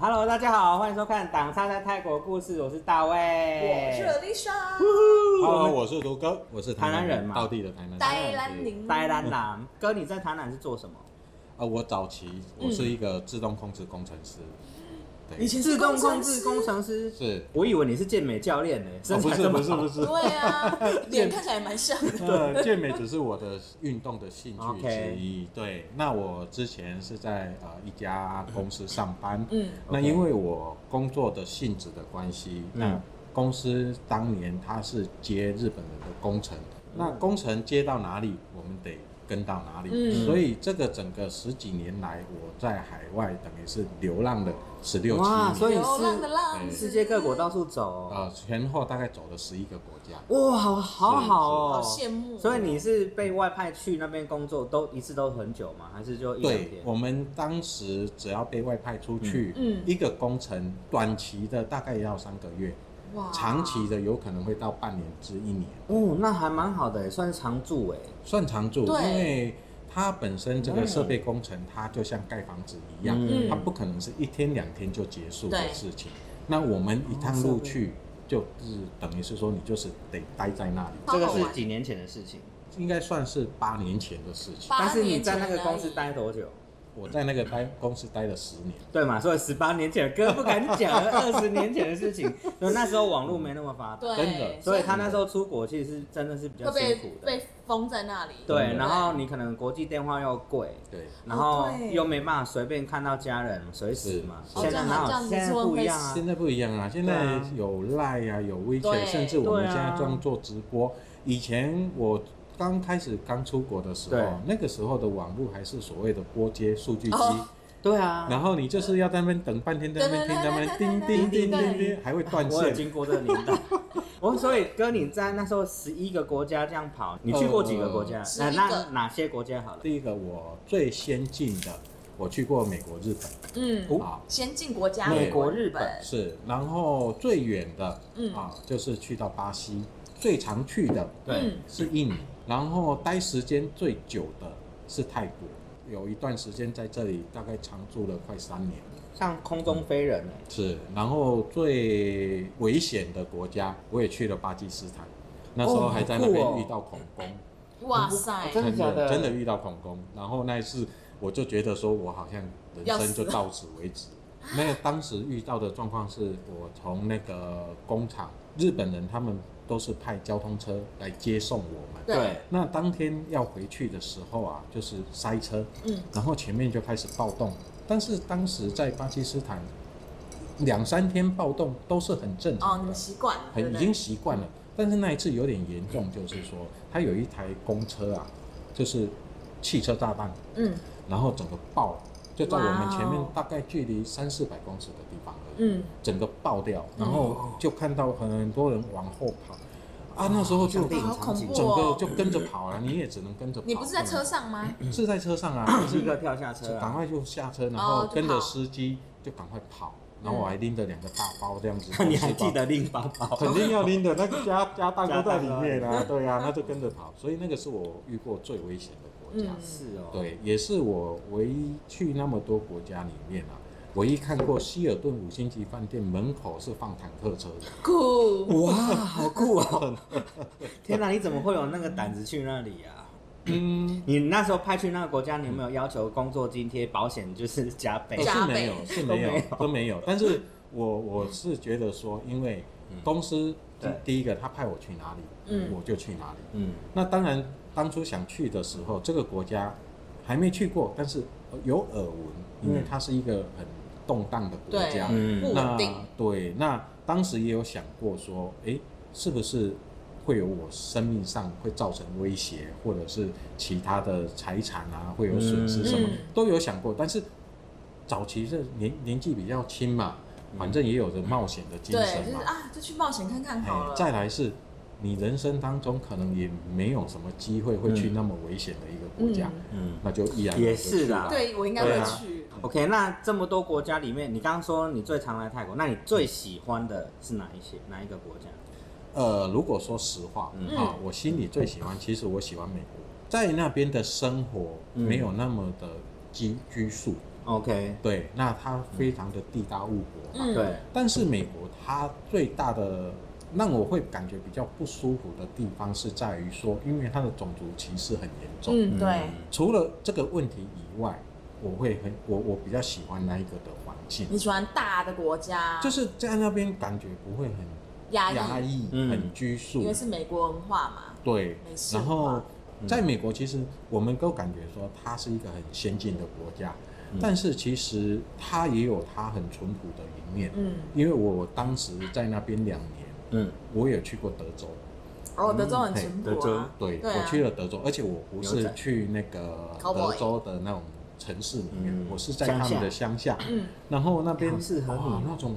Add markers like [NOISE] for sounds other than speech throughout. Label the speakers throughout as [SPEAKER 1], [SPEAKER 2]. [SPEAKER 1] Hello，大家好，欢迎收看《党差在泰国故事》，我是大卫，
[SPEAKER 2] 我是
[SPEAKER 1] 哎
[SPEAKER 2] 啊 Lisa，
[SPEAKER 1] 好
[SPEAKER 3] Hello，
[SPEAKER 1] 我
[SPEAKER 3] 我是卢哥，我是
[SPEAKER 1] 台南人嘛
[SPEAKER 3] 道地的台南人。
[SPEAKER 2] 呆兰宁，
[SPEAKER 1] 呆兰男
[SPEAKER 2] 嗯
[SPEAKER 1] 哥，你在台南是做什么？
[SPEAKER 3] 啊，我早期我是一个自动控制工程师，对，
[SPEAKER 2] 前
[SPEAKER 1] 自
[SPEAKER 2] 是
[SPEAKER 1] 动
[SPEAKER 2] 工
[SPEAKER 1] 控
[SPEAKER 2] 程师
[SPEAKER 1] 制工程师，
[SPEAKER 3] 是，
[SPEAKER 1] 我以为你是健美教练呢、
[SPEAKER 3] 哦
[SPEAKER 1] 身
[SPEAKER 3] 不
[SPEAKER 1] 材
[SPEAKER 3] 是
[SPEAKER 1] 这么
[SPEAKER 3] 不是
[SPEAKER 1] 好。
[SPEAKER 3] 不是，
[SPEAKER 2] 对啊，
[SPEAKER 1] [LAUGHS]
[SPEAKER 2] 脸看起来也蛮像的。
[SPEAKER 3] 呃，健美只是我的运动的兴趣
[SPEAKER 1] OK
[SPEAKER 3] 之一。对，那我之前是在呃一家公司上班，
[SPEAKER 2] 嗯
[SPEAKER 3] 那
[SPEAKER 1] OK
[SPEAKER 3] 因为我工作的性质的关系，那
[SPEAKER 1] 嗯
[SPEAKER 3] 公司当年它是接日本人的工程，
[SPEAKER 1] 嗯
[SPEAKER 3] 那工程接到哪里，我们得跟到哪里，
[SPEAKER 2] 嗯
[SPEAKER 3] 所以这个整个十几年来，我在海外等于是流浪了十六七
[SPEAKER 1] 哇
[SPEAKER 3] 年，
[SPEAKER 1] 所以你是
[SPEAKER 2] 流浪的浪
[SPEAKER 3] 对
[SPEAKER 2] 子，
[SPEAKER 1] 世界各国到处走，
[SPEAKER 2] 啊
[SPEAKER 3] 呃，前后大概走了十一个国家。
[SPEAKER 1] 哇，好好好哦，
[SPEAKER 2] 好羡慕哦
[SPEAKER 1] 所以你是被外派去那边工作，都一次都很久吗？还是就一两
[SPEAKER 3] 对
[SPEAKER 1] 天？
[SPEAKER 3] 我们当时只要被外派出去，
[SPEAKER 2] 嗯嗯
[SPEAKER 3] 一个工程短期的大概要三个月，
[SPEAKER 2] 哇
[SPEAKER 3] 长期的有可能会到半年至一年，
[SPEAKER 1] 哦，那还蛮好的耶，算是常住哎。
[SPEAKER 3] 算常驻，
[SPEAKER 2] 对
[SPEAKER 3] 因为它本身这个设备工程，它就像盖房子一样，
[SPEAKER 1] 嗯
[SPEAKER 3] 它不可能是一天两天就结束的
[SPEAKER 2] 对
[SPEAKER 3] 事情。那我们一趟路去，就是等于是说你就是得待在那里，
[SPEAKER 2] 好
[SPEAKER 1] 这
[SPEAKER 2] 好
[SPEAKER 1] 个
[SPEAKER 2] 玩
[SPEAKER 1] 是几年前的事情，
[SPEAKER 3] 应该算是八年前的事情。
[SPEAKER 2] 八
[SPEAKER 1] 但是你在那
[SPEAKER 2] 年
[SPEAKER 1] 个
[SPEAKER 2] 前啊
[SPEAKER 1] 公司
[SPEAKER 2] 而已
[SPEAKER 1] 待多久？
[SPEAKER 3] 我在那个待公司待了十年，
[SPEAKER 1] 对嘛？所以十八年前的歌不敢讲，
[SPEAKER 2] [LAUGHS]
[SPEAKER 1] 二十年前的事情，所以那时候网络没那么发达，
[SPEAKER 3] 真的
[SPEAKER 2] 对，
[SPEAKER 1] 所以他那时候出国其实是真的是比较
[SPEAKER 2] 会
[SPEAKER 1] 辛
[SPEAKER 2] 被
[SPEAKER 1] 苦的
[SPEAKER 2] 被。封在那里。
[SPEAKER 1] 对，
[SPEAKER 3] 嗯
[SPEAKER 1] 然后你可能国际电话又贵，
[SPEAKER 3] 对，
[SPEAKER 1] 然后
[SPEAKER 2] 哦对
[SPEAKER 1] 又没办法随便看到家人，随时嘛。
[SPEAKER 3] 是
[SPEAKER 1] 现在
[SPEAKER 2] 哦这
[SPEAKER 1] 哪
[SPEAKER 2] 样
[SPEAKER 1] 有？
[SPEAKER 2] 这
[SPEAKER 1] 现在不一
[SPEAKER 2] 样子
[SPEAKER 1] 样
[SPEAKER 2] 是
[SPEAKER 1] 啊
[SPEAKER 3] 现。在不一样啊，现
[SPEAKER 1] 对
[SPEAKER 3] 在
[SPEAKER 1] 啊
[SPEAKER 3] 有 Line 啊，有微
[SPEAKER 2] 对
[SPEAKER 3] 信，甚至我们
[SPEAKER 1] 对啊啊
[SPEAKER 3] 现在装做直播。以前我刚开始刚出国的时
[SPEAKER 1] 对
[SPEAKER 3] 候，那个时候的网络还是所谓的拨接数据机，
[SPEAKER 2] 哦
[SPEAKER 1] 对啊，
[SPEAKER 3] 然后你就是要在那边等半天，在那边听，在那边叮叮叮叮叮，还会断
[SPEAKER 1] 啊我有
[SPEAKER 3] 线。
[SPEAKER 1] 经过这个年代。 [LAUGHS] 我所以哥，你在那时候十一个国家这样跑，你去过几个国家？那
[SPEAKER 2] 11
[SPEAKER 1] 那
[SPEAKER 2] 嗯个
[SPEAKER 1] 哪些国家好了？
[SPEAKER 3] 第一个我最先进的，我去过美国、日
[SPEAKER 2] 嗯，
[SPEAKER 3] 本啊，
[SPEAKER 2] 先进国家，
[SPEAKER 3] 美
[SPEAKER 1] 国日本
[SPEAKER 3] 是，然后最远的
[SPEAKER 2] 嗯
[SPEAKER 3] 啊就是去到巴西，最常去的
[SPEAKER 1] 对
[SPEAKER 2] 嗯，
[SPEAKER 3] 是印尼，然后待时间最久的是泰国，有一段时间在这里大概常住了快三年。
[SPEAKER 1] 像空中飞人欸
[SPEAKER 3] 是，然后最危险的国家我也去了巴基斯坦，那时候还在那
[SPEAKER 1] 哦好酷
[SPEAKER 3] 边
[SPEAKER 1] 哦
[SPEAKER 3] 遇到恐攻，
[SPEAKER 2] 哇塞，
[SPEAKER 1] 真的假的
[SPEAKER 3] 真的遇到恐攻，然后那一次我就觉得说我好像人生就到此为
[SPEAKER 1] [LAUGHS]
[SPEAKER 3] 止。那个当时遇到的状况是我从那个工厂，日本人他们都是派交通车来接送我们，
[SPEAKER 2] 对，
[SPEAKER 3] 那当天要回去的时候啊，就是塞车，
[SPEAKER 2] 嗯，
[SPEAKER 3] 然后前面就开始暴动。但是当时在巴基斯坦，两三天暴动都是很正
[SPEAKER 2] 哦，
[SPEAKER 3] 常
[SPEAKER 2] 你
[SPEAKER 3] 的，
[SPEAKER 2] 们习惯了，对
[SPEAKER 3] 很
[SPEAKER 2] 不
[SPEAKER 3] 已
[SPEAKER 2] 对
[SPEAKER 3] 经习惯了。但是那一次有点严重，就是说他有一台公车啊，就是汽车炸弹，
[SPEAKER 2] 嗯
[SPEAKER 3] 然后整个爆了，就在我们前
[SPEAKER 2] 哇
[SPEAKER 3] 面
[SPEAKER 2] 哦
[SPEAKER 3] 大概距离三四百公尺的地方而已。
[SPEAKER 2] 嗯，
[SPEAKER 3] 整个爆掉，
[SPEAKER 1] 嗯
[SPEAKER 3] 然后就看到很多人往后跑，啊，那时候就
[SPEAKER 1] 像电影
[SPEAKER 2] 好
[SPEAKER 1] 场
[SPEAKER 2] 恐
[SPEAKER 1] 景
[SPEAKER 2] 怖
[SPEAKER 3] 整个
[SPEAKER 2] 哦
[SPEAKER 3] 就跟着跑啊了，你也只能跟着跑。
[SPEAKER 2] 你不是在车上吗？
[SPEAKER 1] 哦
[SPEAKER 3] 不能？是在车
[SPEAKER 2] [COUGHS]
[SPEAKER 3] 上啊，
[SPEAKER 1] 立刻跳下车
[SPEAKER 3] 赶
[SPEAKER 1] 啊！。
[SPEAKER 3] 快就下车，然
[SPEAKER 2] 哦
[SPEAKER 3] 后
[SPEAKER 2] 就
[SPEAKER 3] 跟着
[SPEAKER 2] 跑嗯
[SPEAKER 3] 司机就赶快跑，然后我还拎着两个大包这样子
[SPEAKER 1] [LAUGHS] [LAUGHS] 你还记
[SPEAKER 3] 公事
[SPEAKER 1] 得拎包包
[SPEAKER 3] 包？？肯定要拎的，那个家家当都在里面
[SPEAKER 1] 家
[SPEAKER 3] 啊，对啊，那就跟着跑，所以那个是我遇过最危险的国家。
[SPEAKER 2] 嗯
[SPEAKER 1] 是哦，，
[SPEAKER 3] 对，也是我唯一去那么多国家里面啊，唯一看过希尔顿五星级饭店门口是放坦克车的。
[SPEAKER 2] 酷，
[SPEAKER 1] 哇，好酷哦！ [LAUGHS] 天哪，你怎么会有那个胆子去那里啊？
[SPEAKER 3] 嗯，
[SPEAKER 1] 你那时候派去那个国家，你有没有要求工作津贴、保险就是加倍
[SPEAKER 3] 呃？
[SPEAKER 2] 加
[SPEAKER 3] 是
[SPEAKER 2] 倍
[SPEAKER 3] 没有，是没
[SPEAKER 1] 都没
[SPEAKER 3] 有
[SPEAKER 1] 有，
[SPEAKER 3] 都没有。但是我我是觉得说，因为
[SPEAKER 1] 嗯
[SPEAKER 3] 公司第
[SPEAKER 1] 对
[SPEAKER 3] 第一个他派我去哪里，
[SPEAKER 2] 嗯
[SPEAKER 3] 我就去哪里。
[SPEAKER 1] 嗯，
[SPEAKER 3] 那当然，当初想去的时候，这个国家还没去过，但是呃有耳闻，因为
[SPEAKER 1] 嗯
[SPEAKER 3] 它是一个很动荡的国
[SPEAKER 2] 对
[SPEAKER 3] 家。，
[SPEAKER 1] 嗯
[SPEAKER 2] 不
[SPEAKER 3] 那
[SPEAKER 2] 稳定，
[SPEAKER 3] 对，那当时也有想过说，诶，是不是会有我生命上会造成威胁，或者是其他的财产啊会有损失什么，
[SPEAKER 2] 嗯
[SPEAKER 3] 都有想过。但是早期是年年纪比较轻嘛，反正也有着冒险的
[SPEAKER 2] 嗯
[SPEAKER 3] 精
[SPEAKER 2] 对，
[SPEAKER 3] 神
[SPEAKER 2] 就是
[SPEAKER 3] 嘛。
[SPEAKER 2] 啊，就去冒险看看好
[SPEAKER 3] 哎
[SPEAKER 2] 了，
[SPEAKER 3] 再来是，你人生当中可能也没有什么机会会去
[SPEAKER 1] 嗯
[SPEAKER 3] 那么危险的一个国家，
[SPEAKER 1] 嗯
[SPEAKER 3] 那就毅然而
[SPEAKER 1] 也
[SPEAKER 3] 然就是去
[SPEAKER 1] 啦
[SPEAKER 3] 吧
[SPEAKER 2] 对我应该
[SPEAKER 3] 对
[SPEAKER 2] 会
[SPEAKER 3] 啊
[SPEAKER 2] 去。
[SPEAKER 1] OK，那这么多国家里面，你刚刚说你最常来泰国，那你最喜欢的是哪一些哪一个国家？
[SPEAKER 3] 呃，如果说实话，
[SPEAKER 1] 嗯
[SPEAKER 3] 啊，我心里最喜欢，其实我喜欢美国，在那边的生活没有那么的拘拘束，
[SPEAKER 1] OK，
[SPEAKER 3] 对，那它非常的地大物博嘛。
[SPEAKER 2] 嗯
[SPEAKER 1] 对，
[SPEAKER 3] 但是美国它最大的让我会感觉比较不舒服的地方是在于说，因为它的种族歧视很严重。
[SPEAKER 2] 嗯，对，
[SPEAKER 3] 除了这个问题以外，我会很我我比较喜欢那一个的环境，
[SPEAKER 2] 你喜欢大的国家，
[SPEAKER 3] 就是在那边感觉不会很
[SPEAKER 2] 压
[SPEAKER 3] 压
[SPEAKER 2] 抑，
[SPEAKER 3] 抑、
[SPEAKER 1] 嗯
[SPEAKER 3] 很拘束
[SPEAKER 2] 因为。是美国文化嘛，
[SPEAKER 3] 对
[SPEAKER 2] 美，式
[SPEAKER 3] 然后
[SPEAKER 2] 化
[SPEAKER 1] 嗯
[SPEAKER 3] 在美国，其实我们都感觉说它是一个很先进的国家，
[SPEAKER 1] 嗯
[SPEAKER 3] 但是其实它也有它很淳朴的一面。
[SPEAKER 2] 嗯，
[SPEAKER 3] 因为我当时在那边两年，
[SPEAKER 1] 嗯，
[SPEAKER 3] 我也去过德州，
[SPEAKER 2] 哦，德州很
[SPEAKER 3] 嗯
[SPEAKER 2] 淳
[SPEAKER 1] 嘿德
[SPEAKER 2] 朴
[SPEAKER 1] 州
[SPEAKER 2] 啊，
[SPEAKER 3] 对
[SPEAKER 2] 对啊
[SPEAKER 3] 我去了德州，而且我不
[SPEAKER 1] 牛仔
[SPEAKER 3] 是去那个
[SPEAKER 2] Cowboy
[SPEAKER 3] 德州的那种城市里面
[SPEAKER 1] 嗯，
[SPEAKER 3] 我是在他们的乡下，
[SPEAKER 2] 嗯，
[SPEAKER 3] 然后那边
[SPEAKER 1] 好适合你
[SPEAKER 3] 哇那种，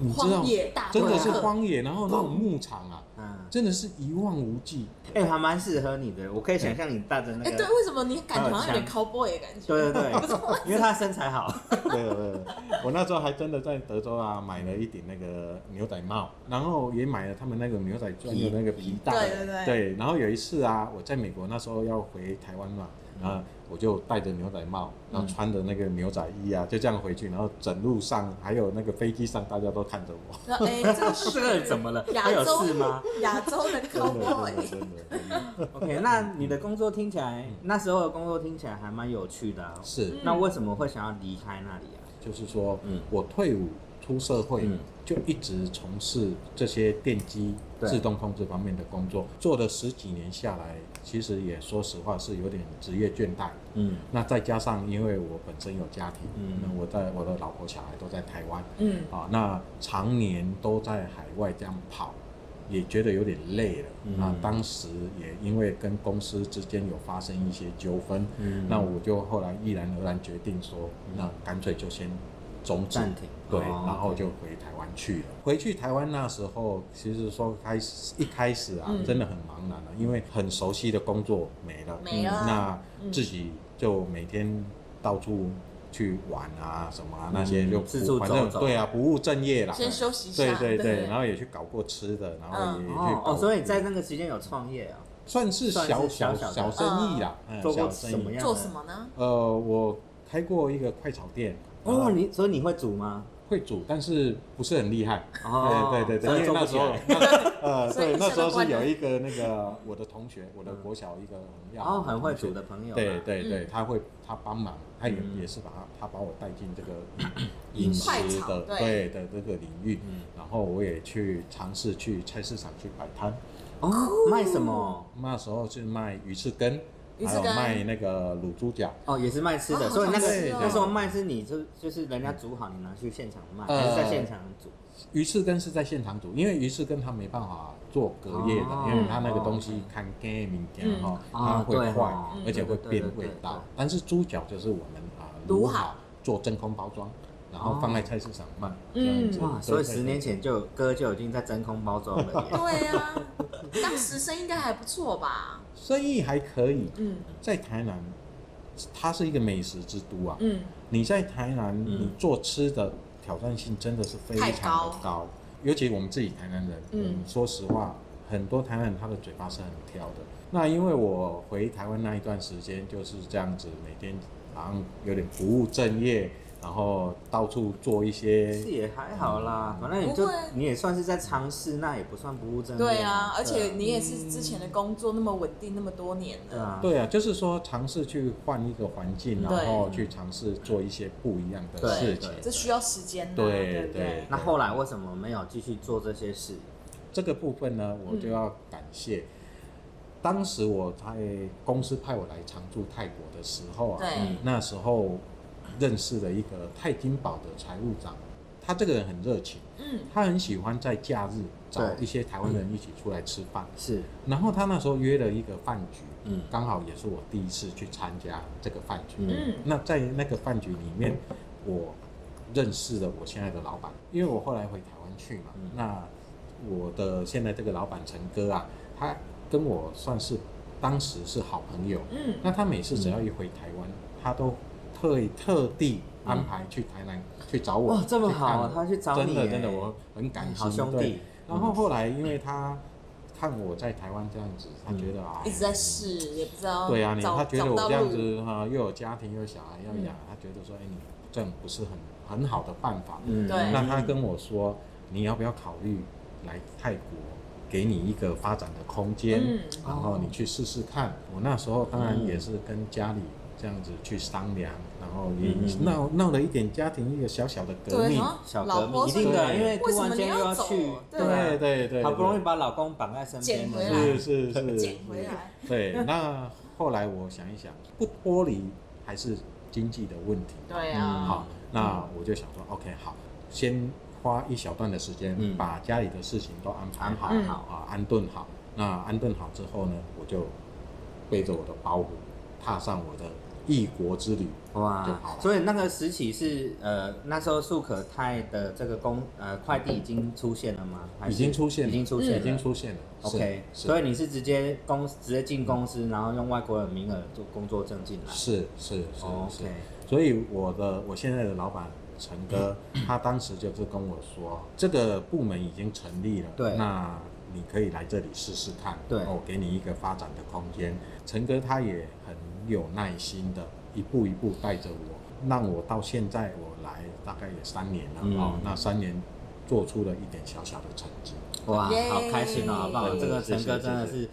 [SPEAKER 3] 你知道
[SPEAKER 2] 荒野啊大
[SPEAKER 3] 真的
[SPEAKER 2] 镖
[SPEAKER 3] 是
[SPEAKER 2] 客
[SPEAKER 3] 荒野，然后那种牧场啊，
[SPEAKER 1] 嗯，
[SPEAKER 3] 真的是一望无际，
[SPEAKER 1] 哎、还蛮适合你的，我可以想象你带着那
[SPEAKER 2] 哎，
[SPEAKER 1] 个，
[SPEAKER 2] 对，为什么你感觉好像有点
[SPEAKER 1] 还
[SPEAKER 2] cowboy 的感觉？
[SPEAKER 1] 对对
[SPEAKER 2] [LAUGHS]
[SPEAKER 1] 对，因为他身材好，
[SPEAKER 3] 对对对，我那时候还真的在德州啊买了一顶那个牛仔帽，然后也买了他们那个牛仔专用的那个皮带。
[SPEAKER 2] 对对对
[SPEAKER 3] 然后有一次啊，我在美国那时候要回台湾嘛，然后我就戴着牛仔帽，然后穿着那个牛仔衣啊，就这样回去，然后整路上还有那个飞机上，大家都看着我。
[SPEAKER 2] 那哎，这个
[SPEAKER 1] 这个人怎么了？他
[SPEAKER 2] 亚
[SPEAKER 1] 有
[SPEAKER 2] 洲
[SPEAKER 1] 事吗？
[SPEAKER 2] 亚洲的
[SPEAKER 3] 真的真
[SPEAKER 2] cowboy，
[SPEAKER 3] 的真的真的
[SPEAKER 1] ？OK，那你的工作听起
[SPEAKER 3] 嗯
[SPEAKER 1] 来，那时候的工作听起来还蛮有趣的、啊，
[SPEAKER 3] 是，
[SPEAKER 2] 嗯
[SPEAKER 1] 那为什么会想要离开那里啊？
[SPEAKER 3] 就是说，
[SPEAKER 1] 嗯
[SPEAKER 3] 我退伍出社会、
[SPEAKER 1] 嗯
[SPEAKER 3] 就一直从事这些电机
[SPEAKER 1] 对
[SPEAKER 3] 自动控制方面的工作，做了十几年下来，其实也说实话是有点职业倦怠。
[SPEAKER 1] 嗯
[SPEAKER 3] 那再加上因为我本身有家庭，
[SPEAKER 1] 嗯
[SPEAKER 3] 那我在我的老婆小孩都在台湾
[SPEAKER 2] 嗯
[SPEAKER 3] 啊，那常年都在海外这样跑。也觉得有点累了，
[SPEAKER 1] 嗯
[SPEAKER 3] 那当时也因为跟公司之间有发生一些纠纷，
[SPEAKER 1] 嗯
[SPEAKER 3] 那我就后来毅然而然决定说，那干脆就先终止
[SPEAKER 1] 暂停
[SPEAKER 3] 对，
[SPEAKER 1] 哦
[SPEAKER 3] 然后就回台湾去了。回去台湾那时候，其实说开始一开始啊，
[SPEAKER 2] 嗯
[SPEAKER 3] 真的很茫然了、因为很熟悉的工作没了，
[SPEAKER 2] 没了
[SPEAKER 3] 嗯
[SPEAKER 2] 啊
[SPEAKER 1] 嗯
[SPEAKER 3] 那自己就每天到处去玩啊什么啊、那些
[SPEAKER 1] 嗯
[SPEAKER 3] 就
[SPEAKER 1] 四处
[SPEAKER 3] 反正
[SPEAKER 1] 走走
[SPEAKER 3] 对啊，不务正业啦。
[SPEAKER 2] 先休息一
[SPEAKER 3] 对
[SPEAKER 2] 下，
[SPEAKER 3] 对对，然
[SPEAKER 2] 后
[SPEAKER 3] 后也去搞过吃的，然后
[SPEAKER 2] 嗯
[SPEAKER 3] 也去
[SPEAKER 1] 哦
[SPEAKER 3] 搞嗯
[SPEAKER 1] 哦，所以在那个时间有创业啊，
[SPEAKER 3] 算是
[SPEAKER 1] 算是
[SPEAKER 3] 小
[SPEAKER 1] 小小的
[SPEAKER 3] 小生意啦，嗯
[SPEAKER 1] 做过
[SPEAKER 3] 小生
[SPEAKER 1] 什
[SPEAKER 3] 意
[SPEAKER 1] 么样的？
[SPEAKER 2] 做什？么呢？
[SPEAKER 3] 呃，我开过一个快炒店。
[SPEAKER 1] 哦，
[SPEAKER 3] 呃
[SPEAKER 1] 你所以你会煮吗？
[SPEAKER 3] 会煮，但是不是很厉害。
[SPEAKER 1] 哦
[SPEAKER 3] [LAUGHS] 对对对
[SPEAKER 1] 所以
[SPEAKER 3] 对，因
[SPEAKER 1] 做不
[SPEAKER 3] 为那时候
[SPEAKER 1] 起，
[SPEAKER 3] 那
[SPEAKER 2] [LAUGHS]
[SPEAKER 3] 呃，
[SPEAKER 2] 所以
[SPEAKER 3] 对，
[SPEAKER 2] 你
[SPEAKER 3] 那
[SPEAKER 2] 现
[SPEAKER 3] 时
[SPEAKER 2] 在
[SPEAKER 3] 候是
[SPEAKER 2] 关
[SPEAKER 3] 有
[SPEAKER 2] 了
[SPEAKER 3] 一个那个我的同学，我的国小一个很要
[SPEAKER 1] 然
[SPEAKER 3] 好
[SPEAKER 1] 后
[SPEAKER 3] 的
[SPEAKER 1] 嗯哦很会
[SPEAKER 3] 同学
[SPEAKER 1] 煮的朋友嘛，啊
[SPEAKER 3] 对对对，
[SPEAKER 2] 嗯
[SPEAKER 3] 他会他帮忙，他也
[SPEAKER 1] 嗯
[SPEAKER 3] 也是把他他把我带进这个
[SPEAKER 2] [COUGHS]
[SPEAKER 1] 饮
[SPEAKER 3] 饮食
[SPEAKER 2] 快炒
[SPEAKER 3] 的
[SPEAKER 2] 对
[SPEAKER 3] 对的这个领域
[SPEAKER 1] 嗯，
[SPEAKER 3] 然后我也去尝试去菜市场去摆摊，
[SPEAKER 1] 哦，
[SPEAKER 3] 嗯
[SPEAKER 1] 卖什么？
[SPEAKER 3] 那时候是卖鱼翅羹，
[SPEAKER 2] 鱼
[SPEAKER 3] 还
[SPEAKER 2] 翅
[SPEAKER 3] 有
[SPEAKER 2] 羹
[SPEAKER 3] 卖那个卤猪脚，
[SPEAKER 1] 哦，也是卖吃的，
[SPEAKER 2] 哦
[SPEAKER 1] 所以那
[SPEAKER 2] 好想
[SPEAKER 1] 个
[SPEAKER 2] 吃哦
[SPEAKER 1] 那时候卖是你就就是人家煮好，你拿去现场卖，
[SPEAKER 3] 呃
[SPEAKER 1] 还是在现场煮？
[SPEAKER 3] 鱼翅羹是在现场煮，因为鱼翅羹它没办法做隔夜的，
[SPEAKER 1] 哦
[SPEAKER 3] 因为它那个东西看干明天哈，它会
[SPEAKER 1] 哦对
[SPEAKER 3] 坏
[SPEAKER 1] 哦，
[SPEAKER 3] 而且会变
[SPEAKER 1] 对对对
[SPEAKER 3] 味
[SPEAKER 1] 对对
[SPEAKER 3] 道。但是猪脚就是我们啊
[SPEAKER 2] 卤
[SPEAKER 3] 卤
[SPEAKER 2] 好
[SPEAKER 3] 好，做真空包装，然后放在菜市场卖，这样子。
[SPEAKER 1] 哦嗯哇，
[SPEAKER 3] 对
[SPEAKER 1] 所以
[SPEAKER 3] 对
[SPEAKER 1] 十年前就有哥就已经在真空包装了耶。
[SPEAKER 2] 对呀，当时生意应该还不错吧？
[SPEAKER 3] 生意还可以，
[SPEAKER 2] 嗯
[SPEAKER 3] 在台南，它是一个美食之都啊。
[SPEAKER 2] 嗯，
[SPEAKER 3] 你在台南，
[SPEAKER 1] 嗯
[SPEAKER 3] 你做吃的挑战性真的是非常
[SPEAKER 2] 太高
[SPEAKER 3] 的高，尤其我们自己台南人，
[SPEAKER 2] 嗯
[SPEAKER 3] 嗯，说实话，很多台南人他的嘴巴是很挑的。那因为我回台湾那一段时间就是这样子，每天好像有点不务正业，然后到处做一些
[SPEAKER 1] 是也还好啦，反正你就
[SPEAKER 2] 不会
[SPEAKER 1] 你也算是在尝试，那也不算不务正业。
[SPEAKER 2] 对啊，而且
[SPEAKER 1] 对
[SPEAKER 2] 你也是之前的工作那么稳定那么多年
[SPEAKER 1] 对
[SPEAKER 2] 了，
[SPEAKER 1] 啊，
[SPEAKER 3] 对啊，就是说尝试去换一个环境，
[SPEAKER 2] 对
[SPEAKER 3] 然后去尝试做一些不一样的
[SPEAKER 2] 对
[SPEAKER 3] 事情。
[SPEAKER 2] 这需要时间呐，啊
[SPEAKER 3] 对
[SPEAKER 2] 对不对
[SPEAKER 3] 对？
[SPEAKER 1] 那后来为什么没有继续做这些事？
[SPEAKER 3] 这个部分呢，我就要感谢。当时我在公司派我来常驻泰国的时候啊，
[SPEAKER 2] 对
[SPEAKER 3] 那时候认识了一个泰金宝的财务长，他这个人很热情，
[SPEAKER 2] 嗯
[SPEAKER 3] 他很喜欢在假日找
[SPEAKER 1] 对
[SPEAKER 3] 一些台湾人一起出来吃饭。
[SPEAKER 1] 是，
[SPEAKER 3] 然后他那时候约了一个饭局，
[SPEAKER 1] 嗯
[SPEAKER 3] 刚好也是我第一次去参加这个饭局。
[SPEAKER 1] 嗯
[SPEAKER 2] 嗯
[SPEAKER 3] 那在那个饭局里面，我认识了我现在的老板，因为我后来回台湾去嘛，
[SPEAKER 1] 嗯
[SPEAKER 3] 那我的现在这个老板陈哥啊，他跟我算是当时是好朋友。
[SPEAKER 2] 嗯
[SPEAKER 3] 那他每次只要一回台湾，他都特特地安排去台南、去找
[SPEAKER 1] 嗯
[SPEAKER 3] 我。
[SPEAKER 1] 哇这么
[SPEAKER 3] 去看
[SPEAKER 1] 好啊
[SPEAKER 3] 我
[SPEAKER 1] 他去找你
[SPEAKER 3] 真的
[SPEAKER 1] 耶嗯
[SPEAKER 3] 真的，我很感心。
[SPEAKER 1] 好兄嗯
[SPEAKER 3] 对
[SPEAKER 1] 弟。
[SPEAKER 3] 然后后来因为他看我在台湾这样子，他
[SPEAKER 1] 嗯
[SPEAKER 3] 觉得啊，
[SPEAKER 2] 一直在试，也不知道
[SPEAKER 3] 对啊，你
[SPEAKER 2] 找
[SPEAKER 3] 他觉得
[SPEAKER 2] 找不
[SPEAKER 3] 我
[SPEAKER 2] 到
[SPEAKER 3] 这样
[SPEAKER 2] 路嗯
[SPEAKER 3] 子哈、又有家庭又有小孩要养，他觉得说，哎，你这样不是很很好的办法。
[SPEAKER 1] 嗯，
[SPEAKER 2] 对
[SPEAKER 3] 那他跟我说，你要不要考虑来泰国，给你一个发展的空间，
[SPEAKER 2] 嗯
[SPEAKER 3] 然后你去试试看。我那时候当然也是跟家里这样子去商量，然后也
[SPEAKER 1] 嗯
[SPEAKER 3] 闹闹了一点家庭一个小小的革
[SPEAKER 2] 对，
[SPEAKER 3] 命
[SPEAKER 2] 然。后
[SPEAKER 1] 小
[SPEAKER 2] 老
[SPEAKER 1] 革
[SPEAKER 2] 婆
[SPEAKER 1] 命一
[SPEAKER 2] 说
[SPEAKER 1] 定的，
[SPEAKER 3] 对
[SPEAKER 1] 因为
[SPEAKER 2] 为
[SPEAKER 1] 突
[SPEAKER 2] 什
[SPEAKER 1] 然
[SPEAKER 2] 么
[SPEAKER 1] 间
[SPEAKER 2] 你
[SPEAKER 1] 又
[SPEAKER 2] 要
[SPEAKER 1] 要
[SPEAKER 2] 走
[SPEAKER 1] 去，
[SPEAKER 2] 对啊
[SPEAKER 1] 啊
[SPEAKER 3] 对对对，
[SPEAKER 1] 好不容易
[SPEAKER 3] 对
[SPEAKER 1] 把老公绑在身边
[SPEAKER 2] 捡回
[SPEAKER 1] 了
[SPEAKER 2] 来
[SPEAKER 3] 是是是
[SPEAKER 1] [LAUGHS]
[SPEAKER 2] 捡回来，
[SPEAKER 3] 对，那后来我想一想，不脱离还是经济的问题。
[SPEAKER 2] 对
[SPEAKER 1] 嗯
[SPEAKER 2] 啊，
[SPEAKER 3] 好，那我就想说，OK，好，先花一小段的时间
[SPEAKER 1] 嗯
[SPEAKER 3] 把家里的事情都安排好，
[SPEAKER 2] 安排
[SPEAKER 3] 好
[SPEAKER 2] 好
[SPEAKER 3] 啊，安顿好。那安顿好之后呢，我就背着我的包袱，踏上我的异国之旅。就
[SPEAKER 1] 哇
[SPEAKER 3] 好了！
[SPEAKER 1] 所以那个时期是呃，那时候速可泰的这个公呃快递已经出现了吗？还是
[SPEAKER 3] 已经出现了
[SPEAKER 1] 已经出现了，
[SPEAKER 3] 已经出现了。
[SPEAKER 1] OK，
[SPEAKER 3] 是
[SPEAKER 1] 所以你是直接公直接进公司，然后用外国人名额做工作证进来。
[SPEAKER 3] 是是是是
[SPEAKER 1] 哦 OK，
[SPEAKER 3] 所以我的我现在的老板陈哥，
[SPEAKER 1] 嗯
[SPEAKER 3] 他当时就是跟我说，这个部门已经成立了，
[SPEAKER 1] 对
[SPEAKER 3] 那你可以来这里试试看，
[SPEAKER 1] 对
[SPEAKER 3] 我给你一个发展的空间。陈哥他也很有耐心的，一步一步带着我，让我到现在我来大概也三年了、
[SPEAKER 1] 嗯
[SPEAKER 3] 哦，那三年做出了一点小小的成绩，
[SPEAKER 1] 哇，
[SPEAKER 2] 耶
[SPEAKER 1] 好开心哦，好棒！
[SPEAKER 3] 对
[SPEAKER 1] 这个
[SPEAKER 3] 谢
[SPEAKER 1] 陈
[SPEAKER 3] 谢
[SPEAKER 1] 哥真的
[SPEAKER 3] 谢
[SPEAKER 1] 是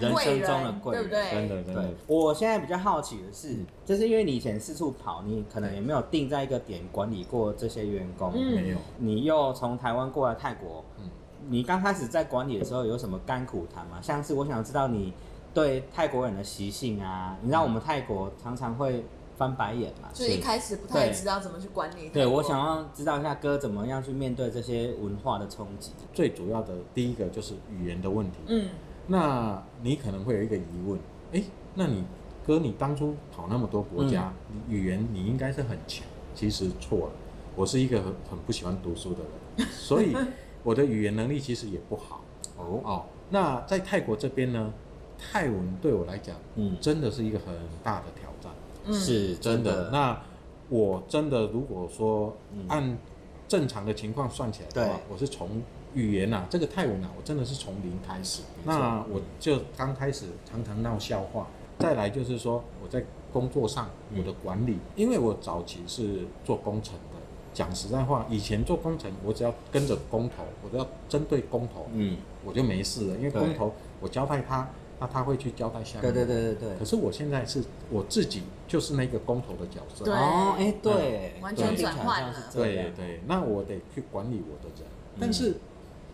[SPEAKER 1] 人
[SPEAKER 2] 贵
[SPEAKER 1] 生中的
[SPEAKER 2] 人
[SPEAKER 1] 贵
[SPEAKER 2] 对不对？
[SPEAKER 3] 真的真的
[SPEAKER 1] 对，，嗯我现在比较好奇的是，就是因为你以前四处跑，你可能也没有定在一个点管理过这些员工，
[SPEAKER 2] 嗯
[SPEAKER 3] 没有。
[SPEAKER 1] 你又从台湾过来泰国，
[SPEAKER 3] 嗯
[SPEAKER 1] 你刚开始在管理的时候有什么甘苦谈吗？像是我想知道你对泰国人的习性啊，你知道我们泰国常常会翻白眼嘛，
[SPEAKER 2] 就是一开始不太知道怎么去管理。
[SPEAKER 1] 对我想要知道一下哥怎么样去面对这些文化的冲击。
[SPEAKER 3] 最主要的第一个就是语言的问题，
[SPEAKER 2] 嗯，
[SPEAKER 3] 那你可能会有一个疑问，诶，那你哥你当初跑那么多国家，你语言你应该是很强，其实错了。我是一个很很不喜欢读书的人， [LAUGHS] 所以我的语言能力其实也不好
[SPEAKER 1] 哦，
[SPEAKER 3] 哦。那在泰国这边呢，泰文对我来讲
[SPEAKER 1] 嗯，
[SPEAKER 3] 真的是一个很大的挑战，
[SPEAKER 2] 嗯
[SPEAKER 1] 是
[SPEAKER 3] 真
[SPEAKER 1] 真
[SPEAKER 3] 的。
[SPEAKER 1] 的，
[SPEAKER 3] 那我真的如果说
[SPEAKER 1] 嗯
[SPEAKER 3] 按正常的情况算起来的话
[SPEAKER 1] 对，
[SPEAKER 3] 我是从语言啊，这个泰文啊，我真的是从零开始。
[SPEAKER 1] 没错
[SPEAKER 3] 那我就刚开始常常闹笑话。再来就是说我在工作上
[SPEAKER 1] 嗯
[SPEAKER 3] 我的管理，因为我早期是做工程的。讲实在话，以前做工程，我只要跟着工头，我只要针对工头，
[SPEAKER 1] 嗯，
[SPEAKER 3] 我就没事了，因为
[SPEAKER 1] 对
[SPEAKER 3] 工头我交代他，那他会去交代下面。
[SPEAKER 1] 对对。对对对
[SPEAKER 3] 可。是我现在是我自己就是那个工头的角色。
[SPEAKER 2] 对嗯
[SPEAKER 1] 哦，哎，对，
[SPEAKER 2] 完
[SPEAKER 3] 全
[SPEAKER 1] 对
[SPEAKER 2] 转换了
[SPEAKER 1] 听起来像是这
[SPEAKER 3] 对
[SPEAKER 1] 样
[SPEAKER 3] 对，那我得去管理我的人，但是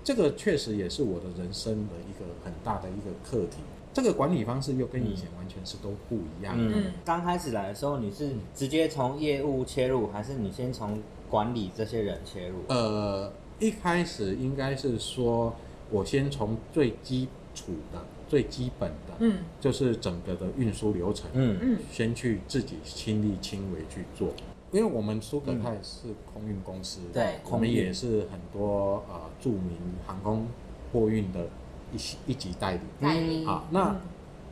[SPEAKER 3] 这个确实也是我的人生的一个很大的一个课题。这个管理方式又跟以前完全是都不一样的。
[SPEAKER 1] 嗯，刚开始来的时候，你是直接从业务切入，还是你先从管理这些人切入？
[SPEAKER 3] 呃，一开始应该是说，我先从最基础的、最基本的，
[SPEAKER 2] 嗯
[SPEAKER 3] 就是整个的运输流程，
[SPEAKER 1] 嗯，
[SPEAKER 2] 嗯
[SPEAKER 3] 先去自己亲力亲为去做。因为我们苏格泰是空运公司，
[SPEAKER 2] 对
[SPEAKER 3] 我们
[SPEAKER 1] 空运
[SPEAKER 3] 也是很多呃著名航空货运的一些一级代理。
[SPEAKER 2] 代理
[SPEAKER 3] 好，那
[SPEAKER 2] 嗯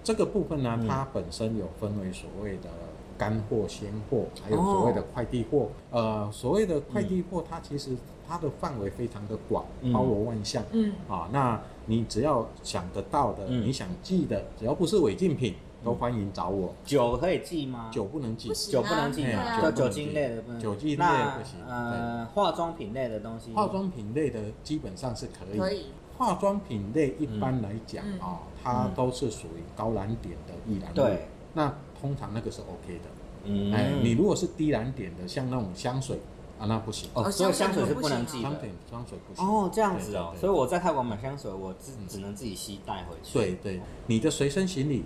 [SPEAKER 3] 这个部分呢，
[SPEAKER 1] 嗯
[SPEAKER 3] 它本身有分为所谓的干货、鲜货，还有所谓的快递货。
[SPEAKER 1] 哦
[SPEAKER 3] 呃，所谓的快递货，它其实它的范围非常的广，
[SPEAKER 1] 嗯
[SPEAKER 3] 包罗万象。
[SPEAKER 2] 嗯
[SPEAKER 3] 啊，那你只要想得到的，
[SPEAKER 1] 嗯
[SPEAKER 3] 你想寄的，只要不是违禁品，都欢迎找我。
[SPEAKER 1] 酒可以记吗？
[SPEAKER 3] 酒不能寄
[SPEAKER 2] 嗯不，行
[SPEAKER 1] 酒不能进
[SPEAKER 3] 哎
[SPEAKER 1] 啊，
[SPEAKER 3] 酒
[SPEAKER 1] 就
[SPEAKER 3] 不能
[SPEAKER 1] 酒
[SPEAKER 3] 进
[SPEAKER 1] 精类的不能进。
[SPEAKER 3] 酒精类
[SPEAKER 1] 那
[SPEAKER 3] 不行
[SPEAKER 1] 呃，化妆品类的东西，
[SPEAKER 3] 化妆品类的基本上是可以。
[SPEAKER 2] 嗯可以，
[SPEAKER 3] 化妆品类一般来讲
[SPEAKER 2] 嗯
[SPEAKER 3] 啊，它都是属于高燃点的易燃物
[SPEAKER 1] 对，，
[SPEAKER 3] 那通常那个是 OK 的。
[SPEAKER 1] 嗯
[SPEAKER 3] 哎，你如果是低燃点的，像那种香水啊，那不行，
[SPEAKER 1] 哦，
[SPEAKER 2] 哦
[SPEAKER 1] 所以香
[SPEAKER 2] 香水
[SPEAKER 1] 水是
[SPEAKER 2] 不
[SPEAKER 1] 不
[SPEAKER 2] 行
[SPEAKER 1] 能
[SPEAKER 2] 啊
[SPEAKER 1] 寄
[SPEAKER 3] 香
[SPEAKER 1] 的
[SPEAKER 3] 水。香水不行。
[SPEAKER 1] 哦，这样子哦
[SPEAKER 3] 对对，对
[SPEAKER 1] 所以我在泰国买香水，我只
[SPEAKER 3] 嗯
[SPEAKER 1] 只能自己吸带回去。
[SPEAKER 3] 对对，你的随身行李，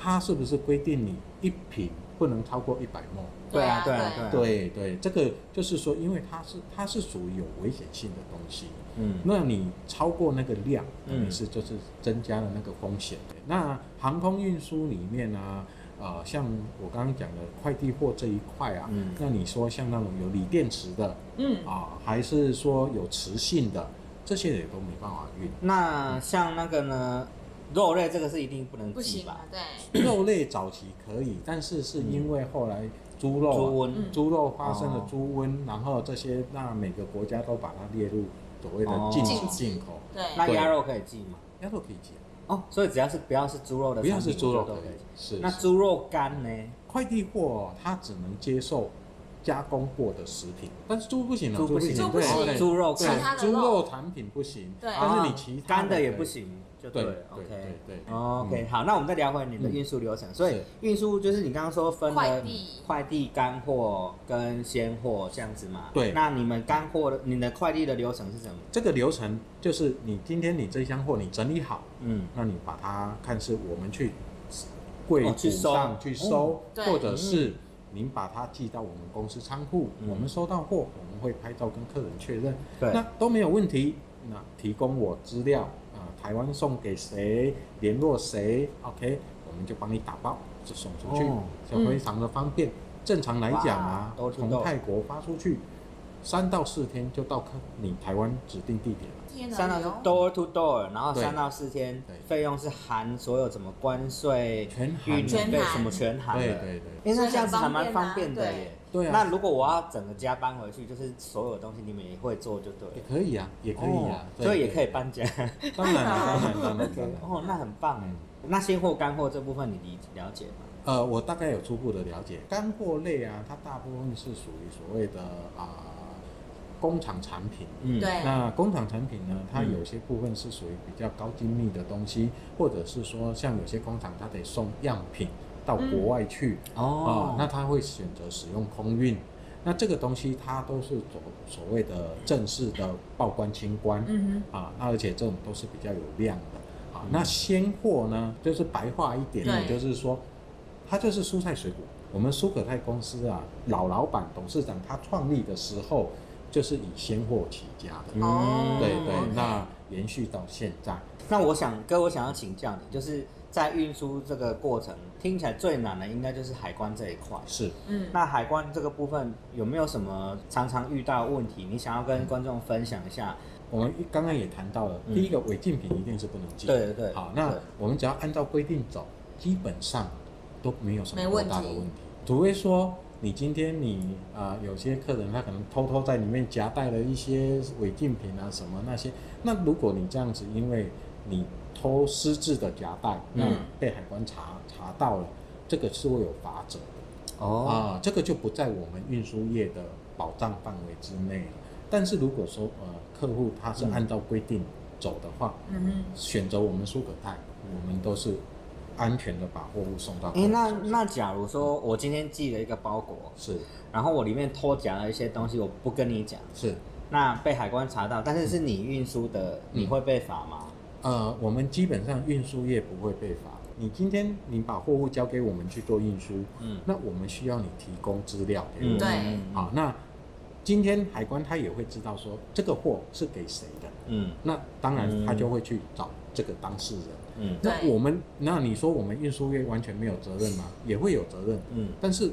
[SPEAKER 3] 它是不是规定你一瓶不能超过一百沫？
[SPEAKER 1] 对啊，
[SPEAKER 2] 对
[SPEAKER 1] 对
[SPEAKER 2] 啊
[SPEAKER 1] 啊，
[SPEAKER 2] 对
[SPEAKER 1] 对
[SPEAKER 2] 啊
[SPEAKER 1] 啊，
[SPEAKER 3] 对对，这个就是说，因为它是它是属于有危险性的东西，
[SPEAKER 1] 嗯，
[SPEAKER 3] 那你超过那个量，
[SPEAKER 1] 嗯
[SPEAKER 3] 你是就是增加了那个风险。那航空运输里面呢、呃，像我刚刚讲的快递货这一块啊，
[SPEAKER 1] 嗯
[SPEAKER 3] 那你说像那种有锂电池的
[SPEAKER 2] 嗯，
[SPEAKER 3] 啊，还是说有磁性的，这些也都没办法
[SPEAKER 1] [COUGHS]
[SPEAKER 3] 运。
[SPEAKER 1] 那像那个呢，肉类这个是一定不能
[SPEAKER 2] 不
[SPEAKER 1] 寄
[SPEAKER 2] 行
[SPEAKER 1] 吧
[SPEAKER 2] 啊？，对，
[SPEAKER 3] 肉类早期可以，但是是因为后来猪肉、啊、
[SPEAKER 1] 猪瘟，
[SPEAKER 2] 嗯
[SPEAKER 3] 猪肉发生了
[SPEAKER 1] 哦
[SPEAKER 3] 猪瘟，然后这些那每个国家都把它列入所谓的禁
[SPEAKER 1] 哦
[SPEAKER 3] 止
[SPEAKER 2] 禁止
[SPEAKER 3] 进口。
[SPEAKER 2] 对，
[SPEAKER 1] 那鸭肉可以寄吗？
[SPEAKER 3] 鸭肉可以煎，
[SPEAKER 1] 哦，所以只要是不要是猪肉的
[SPEAKER 3] 不要
[SPEAKER 1] 产品，
[SPEAKER 3] 是猪肉
[SPEAKER 1] 我觉得
[SPEAKER 3] 可以
[SPEAKER 1] 都可以。。
[SPEAKER 3] 是
[SPEAKER 1] 那
[SPEAKER 3] 是
[SPEAKER 1] 猪肉干呢？
[SPEAKER 3] 快递货它只能接受加工过的食品，但是猪不行了，
[SPEAKER 1] 猪不行
[SPEAKER 3] 行，
[SPEAKER 2] 猪不行
[SPEAKER 3] 对
[SPEAKER 1] 猪肉啊
[SPEAKER 3] 对
[SPEAKER 2] 其他的
[SPEAKER 3] 猪
[SPEAKER 2] 肉
[SPEAKER 3] 肉产品不行，
[SPEAKER 2] 对
[SPEAKER 3] 但是你其他
[SPEAKER 1] 干的也
[SPEAKER 3] 可以
[SPEAKER 1] 不，行，就
[SPEAKER 3] 啊对
[SPEAKER 1] 了。
[SPEAKER 3] 对
[SPEAKER 1] OK 哦
[SPEAKER 3] 对对对
[SPEAKER 1] OK，好，那我们再聊回你的
[SPEAKER 3] 嗯
[SPEAKER 1] 运输流程。所以
[SPEAKER 3] 是
[SPEAKER 1] 运输就是你刚刚说分
[SPEAKER 2] 快
[SPEAKER 1] 了
[SPEAKER 2] 递
[SPEAKER 1] 快递干货跟鲜货这样子嘛？
[SPEAKER 3] 对
[SPEAKER 1] 那你们干货的，你的快递的流程是什么？
[SPEAKER 3] 这个流程就是你今天你这箱货你整理好，
[SPEAKER 1] 嗯，
[SPEAKER 3] 那你把它看是我们去柜
[SPEAKER 1] 哦去
[SPEAKER 3] 补上
[SPEAKER 1] 收嗯
[SPEAKER 3] 去收，
[SPEAKER 2] 对
[SPEAKER 3] 或者是您把它寄到我们公司仓库，
[SPEAKER 1] 嗯
[SPEAKER 3] 我们收到货，我们会拍照跟客人确认，
[SPEAKER 1] 对。
[SPEAKER 3] 那都没有问题。那提供我资料啊、台湾送给谁，联络谁，OK，我们就帮你打包就送出去，
[SPEAKER 1] 哦嗯
[SPEAKER 3] 就非常的方便。正常来讲啊
[SPEAKER 1] 哇都，知道
[SPEAKER 3] 从泰国发出去，三到四天就到客你台湾指定地点了。
[SPEAKER 2] 天
[SPEAKER 1] 三
[SPEAKER 2] 哪，
[SPEAKER 1] 到是
[SPEAKER 2] 有
[SPEAKER 1] door to door，然后
[SPEAKER 3] 对
[SPEAKER 1] 三到四天
[SPEAKER 3] 对，
[SPEAKER 1] 费用是含所有什么关税、
[SPEAKER 3] 全含
[SPEAKER 1] 运
[SPEAKER 2] 全
[SPEAKER 1] 费
[SPEAKER 2] 含
[SPEAKER 1] 什么全含的。
[SPEAKER 3] 对对对，
[SPEAKER 1] 因为那这样子还蛮
[SPEAKER 2] 所以很
[SPEAKER 1] 方
[SPEAKER 2] 方便啊
[SPEAKER 1] 便的耶。
[SPEAKER 3] 对啊
[SPEAKER 1] 那如果我要整个家搬回去，就是所有东西你们也会做就对
[SPEAKER 3] 也
[SPEAKER 1] 了。
[SPEAKER 3] 可以啊，也可以啊，
[SPEAKER 1] 哦所以也可以
[SPEAKER 3] 对。
[SPEAKER 1] 搬
[SPEAKER 3] [LAUGHS]
[SPEAKER 1] 家。
[SPEAKER 3] 对当
[SPEAKER 1] [LAUGHS]
[SPEAKER 3] 然了，当然，当然，当然。
[SPEAKER 1] 哦，那很棒哎。那鲜货干货这部分你理了解吗？
[SPEAKER 3] 呃，我大概有初步的了解，干货类啊，它大部分是属于所谓的啊、工厂产品。啊
[SPEAKER 1] 嗯，
[SPEAKER 2] 对
[SPEAKER 3] 那工厂产品呢，它
[SPEAKER 1] 嗯
[SPEAKER 3] 有些部分是属于比较高精密的东西，或者是说像有些工厂它得送样品到国外去啊、
[SPEAKER 1] 哦，
[SPEAKER 3] 那它会选择使用空运。那这个东西它都是走所谓的正式的报关清关，
[SPEAKER 2] 嗯
[SPEAKER 3] 啊，那而且这种都是比较有量的
[SPEAKER 1] 嗯
[SPEAKER 3] 啊。那鲜货呢，就是白话一点呢，
[SPEAKER 2] 对
[SPEAKER 3] 就是说，它就是蔬菜水果。我们苏可泰公司啊，老老板董事长他创立的时候，就是以鲜货起家的。
[SPEAKER 1] 嗯
[SPEAKER 2] 哼，哦，
[SPEAKER 3] 对对
[SPEAKER 2] OK，
[SPEAKER 3] 那延续到现在，
[SPEAKER 1] 那我想哥，我想要请教你，就是在运输这个过程，听起来最难的应该就是海关这一块。
[SPEAKER 3] 是
[SPEAKER 2] 嗯，
[SPEAKER 1] 那海关这个部分有没有什么常常遇到的问题？你想要跟观众分享一下？
[SPEAKER 3] 我们一刚刚也谈到了，
[SPEAKER 1] 嗯
[SPEAKER 3] 第一个违禁品一定是不能进。
[SPEAKER 1] 对对对
[SPEAKER 3] 好，那
[SPEAKER 1] 对
[SPEAKER 3] 我们只要按照规定走，基本上都没有什么
[SPEAKER 2] 没
[SPEAKER 3] 多
[SPEAKER 2] 问题
[SPEAKER 3] 大的问题，除非说你今天你啊、呃有些客人他可能偷偷在里面夹带了一些违禁品啊什么那些，那如果你这样子，因为你偷私自的夹带，那
[SPEAKER 1] 嗯
[SPEAKER 3] 被海关查查到了，这个是会有罚则的。
[SPEAKER 1] 哦，
[SPEAKER 3] 啊，这个就不在我们运输业的保障范围之内了。但是如果说呃客户他是按照规定走的话，
[SPEAKER 2] 嗯
[SPEAKER 3] 选择我们苏可泰，我们都是安全的把货物送到客
[SPEAKER 1] 哎、
[SPEAKER 3] 户手
[SPEAKER 1] 那
[SPEAKER 3] 上。
[SPEAKER 1] 那假如说我今天寄了一个包裹，
[SPEAKER 3] 是
[SPEAKER 1] 然后我里面偷夹了一些东西，我不跟你讲，
[SPEAKER 3] 是
[SPEAKER 1] 那被海关查到，但是是你运输的，
[SPEAKER 3] 嗯
[SPEAKER 1] 你会被罚吗？
[SPEAKER 3] 呃，我们基本上运输业不会被罚。你今天你把货物交给我们去做运输，
[SPEAKER 1] 嗯，
[SPEAKER 3] 那我们需要你提供资料给我们。
[SPEAKER 2] 对
[SPEAKER 3] 好，那今天海关他也会知道说这个货是给谁的，
[SPEAKER 1] 嗯
[SPEAKER 3] 那当然
[SPEAKER 1] 嗯
[SPEAKER 3] 他就会去找这个当事人。
[SPEAKER 1] 嗯
[SPEAKER 2] 对
[SPEAKER 3] 那我们那你说我们运输业完全没有责任吗？也会有责任，
[SPEAKER 1] 嗯，
[SPEAKER 3] 但是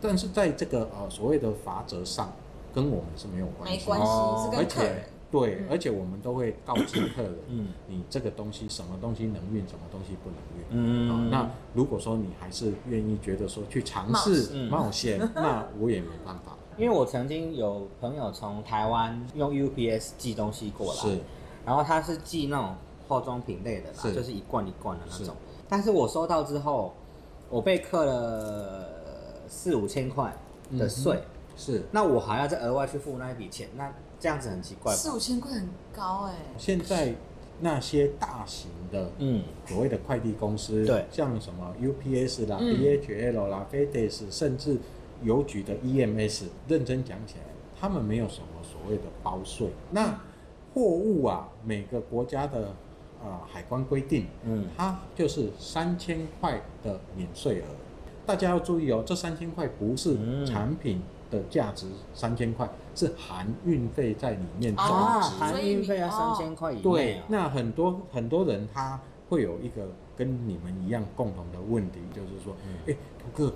[SPEAKER 3] 但是在这个呃所谓的法则上，跟我们是没有
[SPEAKER 2] 哼，
[SPEAKER 3] 关
[SPEAKER 2] 没
[SPEAKER 3] 系，
[SPEAKER 2] 关
[SPEAKER 1] 哦
[SPEAKER 2] 系，是
[SPEAKER 3] 而
[SPEAKER 2] 跟客
[SPEAKER 3] 且
[SPEAKER 2] 人，
[SPEAKER 3] 对，
[SPEAKER 2] 嗯
[SPEAKER 3] 而且我们都会告知客人，
[SPEAKER 1] 嗯
[SPEAKER 3] 你这个东西什么东西能运，什么东西不能运。
[SPEAKER 1] 嗯
[SPEAKER 3] 啊那如果说你还是愿意觉得说去尝试冒
[SPEAKER 1] 冒
[SPEAKER 3] 险，那我也没办法。
[SPEAKER 1] 因为我曾经有朋友从台湾用 UPS 寄东西过来，
[SPEAKER 3] 是
[SPEAKER 1] 然后他是寄那种化妆品类的啦，
[SPEAKER 3] 是
[SPEAKER 1] 就是一罐一罐的那
[SPEAKER 3] 是
[SPEAKER 1] 种。但是我收到之后，我被扣了四五千块的
[SPEAKER 3] 嗯
[SPEAKER 1] 税，
[SPEAKER 3] 是，
[SPEAKER 1] 那我还要再额外去付那一笔钱，那这样子很奇怪吧？
[SPEAKER 2] 四五千块很高哎，
[SPEAKER 3] 现在那些大型的
[SPEAKER 1] 嗯，
[SPEAKER 3] 所谓的快递公司，
[SPEAKER 1] 对
[SPEAKER 3] 像什么 UPS 啦、
[SPEAKER 2] 嗯
[SPEAKER 3] DHL 啦、FedEx，甚至邮局的 EMS，认真讲起来，他们没有什么所谓的包税。那货物啊，每个国家的啊、呃海关规定，
[SPEAKER 1] 嗯
[SPEAKER 3] 它就是三千块的免税额。大家要注意哦，这三千块不是
[SPEAKER 1] 嗯
[SPEAKER 3] 产品的价值三千块，是含运费在里面总值。
[SPEAKER 1] 啊，
[SPEAKER 2] 哦所以
[SPEAKER 1] 含运费要
[SPEAKER 2] 你
[SPEAKER 1] 三
[SPEAKER 2] 哦
[SPEAKER 1] 千块以内
[SPEAKER 3] 对
[SPEAKER 1] 啊，。
[SPEAKER 3] 那很多很多人他会有一个跟你们一样共同的问题，就是说，
[SPEAKER 1] 嗯
[SPEAKER 3] 哎、图哥，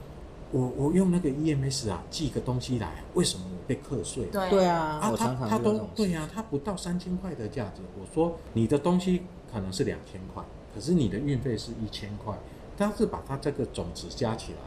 [SPEAKER 3] 我我用那个 EMS 啊寄个东西来啊，为什么我被课税？
[SPEAKER 2] 对
[SPEAKER 1] 对，啊，
[SPEAKER 3] 啊，
[SPEAKER 1] 我
[SPEAKER 3] 他
[SPEAKER 1] 常常
[SPEAKER 3] 他
[SPEAKER 1] 遇到这
[SPEAKER 3] 都
[SPEAKER 1] 种
[SPEAKER 3] 对
[SPEAKER 1] 事。
[SPEAKER 3] 呀、啊，他不到三千块的价值。我说你的东西可能是两千块，可是你的运费是一千块，他是把它这个总值加起来，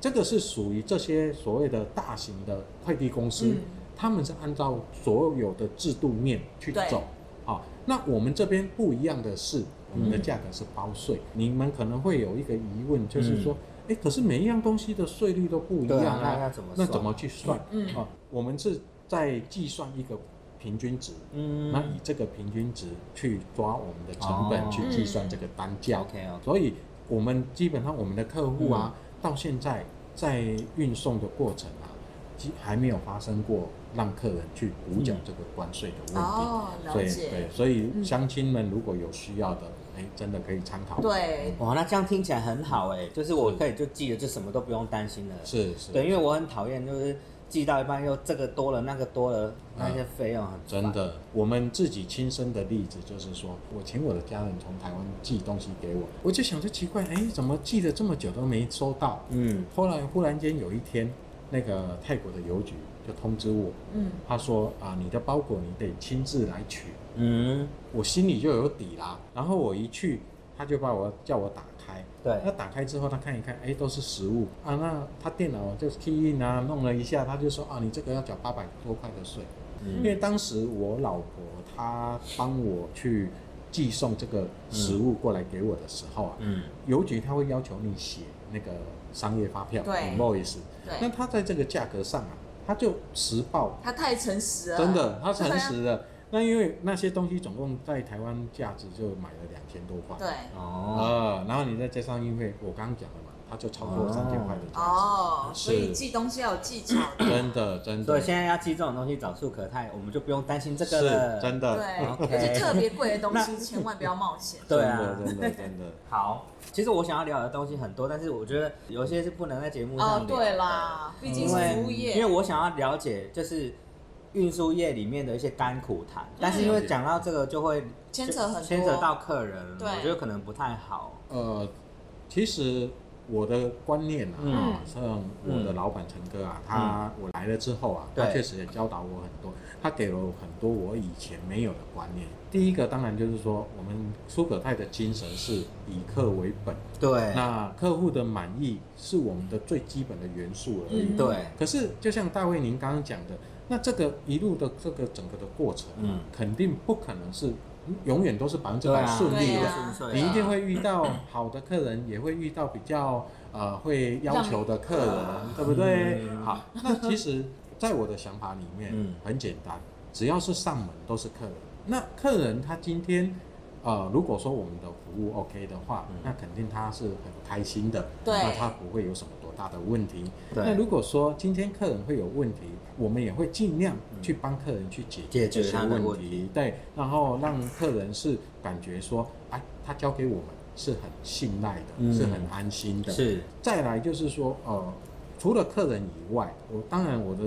[SPEAKER 3] 这个是属于这些所谓的大型的快递公司。
[SPEAKER 2] 嗯，
[SPEAKER 3] 他们是按照所有的制度面去
[SPEAKER 2] 对
[SPEAKER 3] 走，好、那我们这边不一样的是，我们的价格是包税。你们可能会有一个疑问，就是说，哎、可是每一样东西的税率都不一样
[SPEAKER 1] 嗯对啊那要怎么
[SPEAKER 3] 那
[SPEAKER 1] 算
[SPEAKER 3] 怎么去算？
[SPEAKER 2] 嗯
[SPEAKER 3] 啊，我们是在计算一个平均值，
[SPEAKER 1] 嗯
[SPEAKER 3] 那以这个平均值去抓我们的成
[SPEAKER 1] 哦
[SPEAKER 3] 本，去计算这个单价。
[SPEAKER 1] OK 哦，
[SPEAKER 3] 所以我们基本上我们的客户啊，到现在在运送的过程啊，其还没有发生过让客人去补缴这个关税的问题。
[SPEAKER 2] 哦，了
[SPEAKER 3] 所以
[SPEAKER 2] 解
[SPEAKER 3] 嗯对，，所以
[SPEAKER 2] 嗯
[SPEAKER 3] 乡亲们如果有需要的，哎、真的可以参考。，
[SPEAKER 2] 对，
[SPEAKER 1] 哇，那这样听起来很好哎，就是我可以就记得，就什么都不用担心了。
[SPEAKER 3] 是是，
[SPEAKER 1] 对，因为我很讨厌就是记到一半又这个多了那个多了，那些费用很
[SPEAKER 3] 真的，我们自己亲身的例子就是说，我请我的家人从台湾寄东西给我，我就想着奇怪，哎，怎么寄了这么久都没收到？
[SPEAKER 1] 嗯
[SPEAKER 3] 后来忽然间有一天，那个泰国的邮局就通知我，
[SPEAKER 2] 嗯，
[SPEAKER 3] 他说啊，你的包裹你得亲自来取，
[SPEAKER 1] 嗯，
[SPEAKER 3] 我心里就有底啦。然后我一去，他就把我叫我打开，
[SPEAKER 1] 对
[SPEAKER 3] 那打开之后他看一看，哎，都是实物啊。那他电脑就 key in 啊，弄了一下，他就说啊，你这个要缴八百多块的税，
[SPEAKER 2] 嗯
[SPEAKER 1] 嗯
[SPEAKER 3] 因为当时我老婆她帮我去寄送这个实物过来给我的时候啊，
[SPEAKER 1] 嗯
[SPEAKER 3] 邮局他会要求你写那个商业发票
[SPEAKER 2] 对
[SPEAKER 3] invoice，那
[SPEAKER 2] 对，
[SPEAKER 3] 他在这个价格上啊，他就实报
[SPEAKER 2] 他太诚实了，
[SPEAKER 3] 真，的，他诚
[SPEAKER 2] 对啊
[SPEAKER 3] 实了。那因为那些东西总共在台湾价值就买了两千多块，
[SPEAKER 2] 对，
[SPEAKER 1] 哦，
[SPEAKER 3] 呃，然后你再加上运费，我刚刚讲了嘛，它就超过
[SPEAKER 1] 哦
[SPEAKER 3] 三千块的价
[SPEAKER 2] 哦，所以
[SPEAKER 3] 是
[SPEAKER 2] 寄东西要有技巧
[SPEAKER 3] 值，
[SPEAKER 2] 的，
[SPEAKER 3] 真的真
[SPEAKER 1] 所
[SPEAKER 3] 的
[SPEAKER 1] 以现在要记这种东西找数可泰，我们就不用担心这个
[SPEAKER 3] 是
[SPEAKER 1] 了。
[SPEAKER 3] 真
[SPEAKER 2] 对，
[SPEAKER 3] 的，
[SPEAKER 1] OK
[SPEAKER 2] 而且特别贵的东西千万不要冒险，
[SPEAKER 1] 对啊
[SPEAKER 3] 真的真的真的，
[SPEAKER 1] 好，其实我想要聊的东西很多，但是我觉得有些是不能在节目上聊
[SPEAKER 2] 哦
[SPEAKER 1] 的。，
[SPEAKER 2] 对啦，
[SPEAKER 3] 嗯
[SPEAKER 2] 毕竟
[SPEAKER 1] 因
[SPEAKER 2] 是
[SPEAKER 1] 为
[SPEAKER 2] 服务
[SPEAKER 1] 因为
[SPEAKER 2] 业，
[SPEAKER 1] 我想要了解就是运输业里面的一些甘苦谈，但是因为讲到这个就会
[SPEAKER 2] 嗯牵扯很多
[SPEAKER 1] 牵扯到客人，
[SPEAKER 2] 对
[SPEAKER 1] 我觉得可能不太好。
[SPEAKER 3] 呃，其实我的观念啊，
[SPEAKER 1] 嗯
[SPEAKER 3] 啊像我的老板陈哥啊，他我来了之后啊，
[SPEAKER 1] 嗯对
[SPEAKER 3] 他确实也教导我很多，他给了我很多我以前没有的观念。第一个当然就是说，我们苏可泰的精神是以客为本，
[SPEAKER 1] 对，
[SPEAKER 3] 那客户的满意是我们的最基本的元素而已。
[SPEAKER 2] 嗯
[SPEAKER 1] 对，
[SPEAKER 3] 可是就像大卫您刚刚讲的，那这个一路的这个整个的过程、啊，
[SPEAKER 1] 嗯
[SPEAKER 3] 肯定不可能是嗯永远都是百分之
[SPEAKER 1] 对
[SPEAKER 3] 百
[SPEAKER 1] 啊，
[SPEAKER 3] 顺利
[SPEAKER 2] 对
[SPEAKER 3] 的。
[SPEAKER 2] 啊
[SPEAKER 1] 顺
[SPEAKER 3] 你
[SPEAKER 1] 遂啊
[SPEAKER 3] 一定会遇到好的客人，也会遇到比较呃会要求的客人，对不对？
[SPEAKER 1] 嗯
[SPEAKER 3] 好，那其实在我的想法里面，
[SPEAKER 1] 嗯
[SPEAKER 3] 很简单，只要是上门都是客人。那客人他今天呃，如果说我们的服务 OK 的话，
[SPEAKER 1] 嗯
[SPEAKER 3] 那肯定他是很开心的，
[SPEAKER 2] 对
[SPEAKER 3] 那他不会有什么多大的问题。
[SPEAKER 1] 对
[SPEAKER 3] 那如果说今天客人会有问题，我们也会尽量去帮客人去解
[SPEAKER 1] 嗯解决
[SPEAKER 3] 这些
[SPEAKER 1] 他的
[SPEAKER 3] 问
[SPEAKER 1] 问
[SPEAKER 3] 题。
[SPEAKER 1] 题
[SPEAKER 3] 对，然后让客人是感觉说，哎，他交给我们是很信赖的，
[SPEAKER 1] 嗯
[SPEAKER 3] 是很安心的。
[SPEAKER 1] 是
[SPEAKER 3] 再来就是说，呃，除了客人以外，我当然我的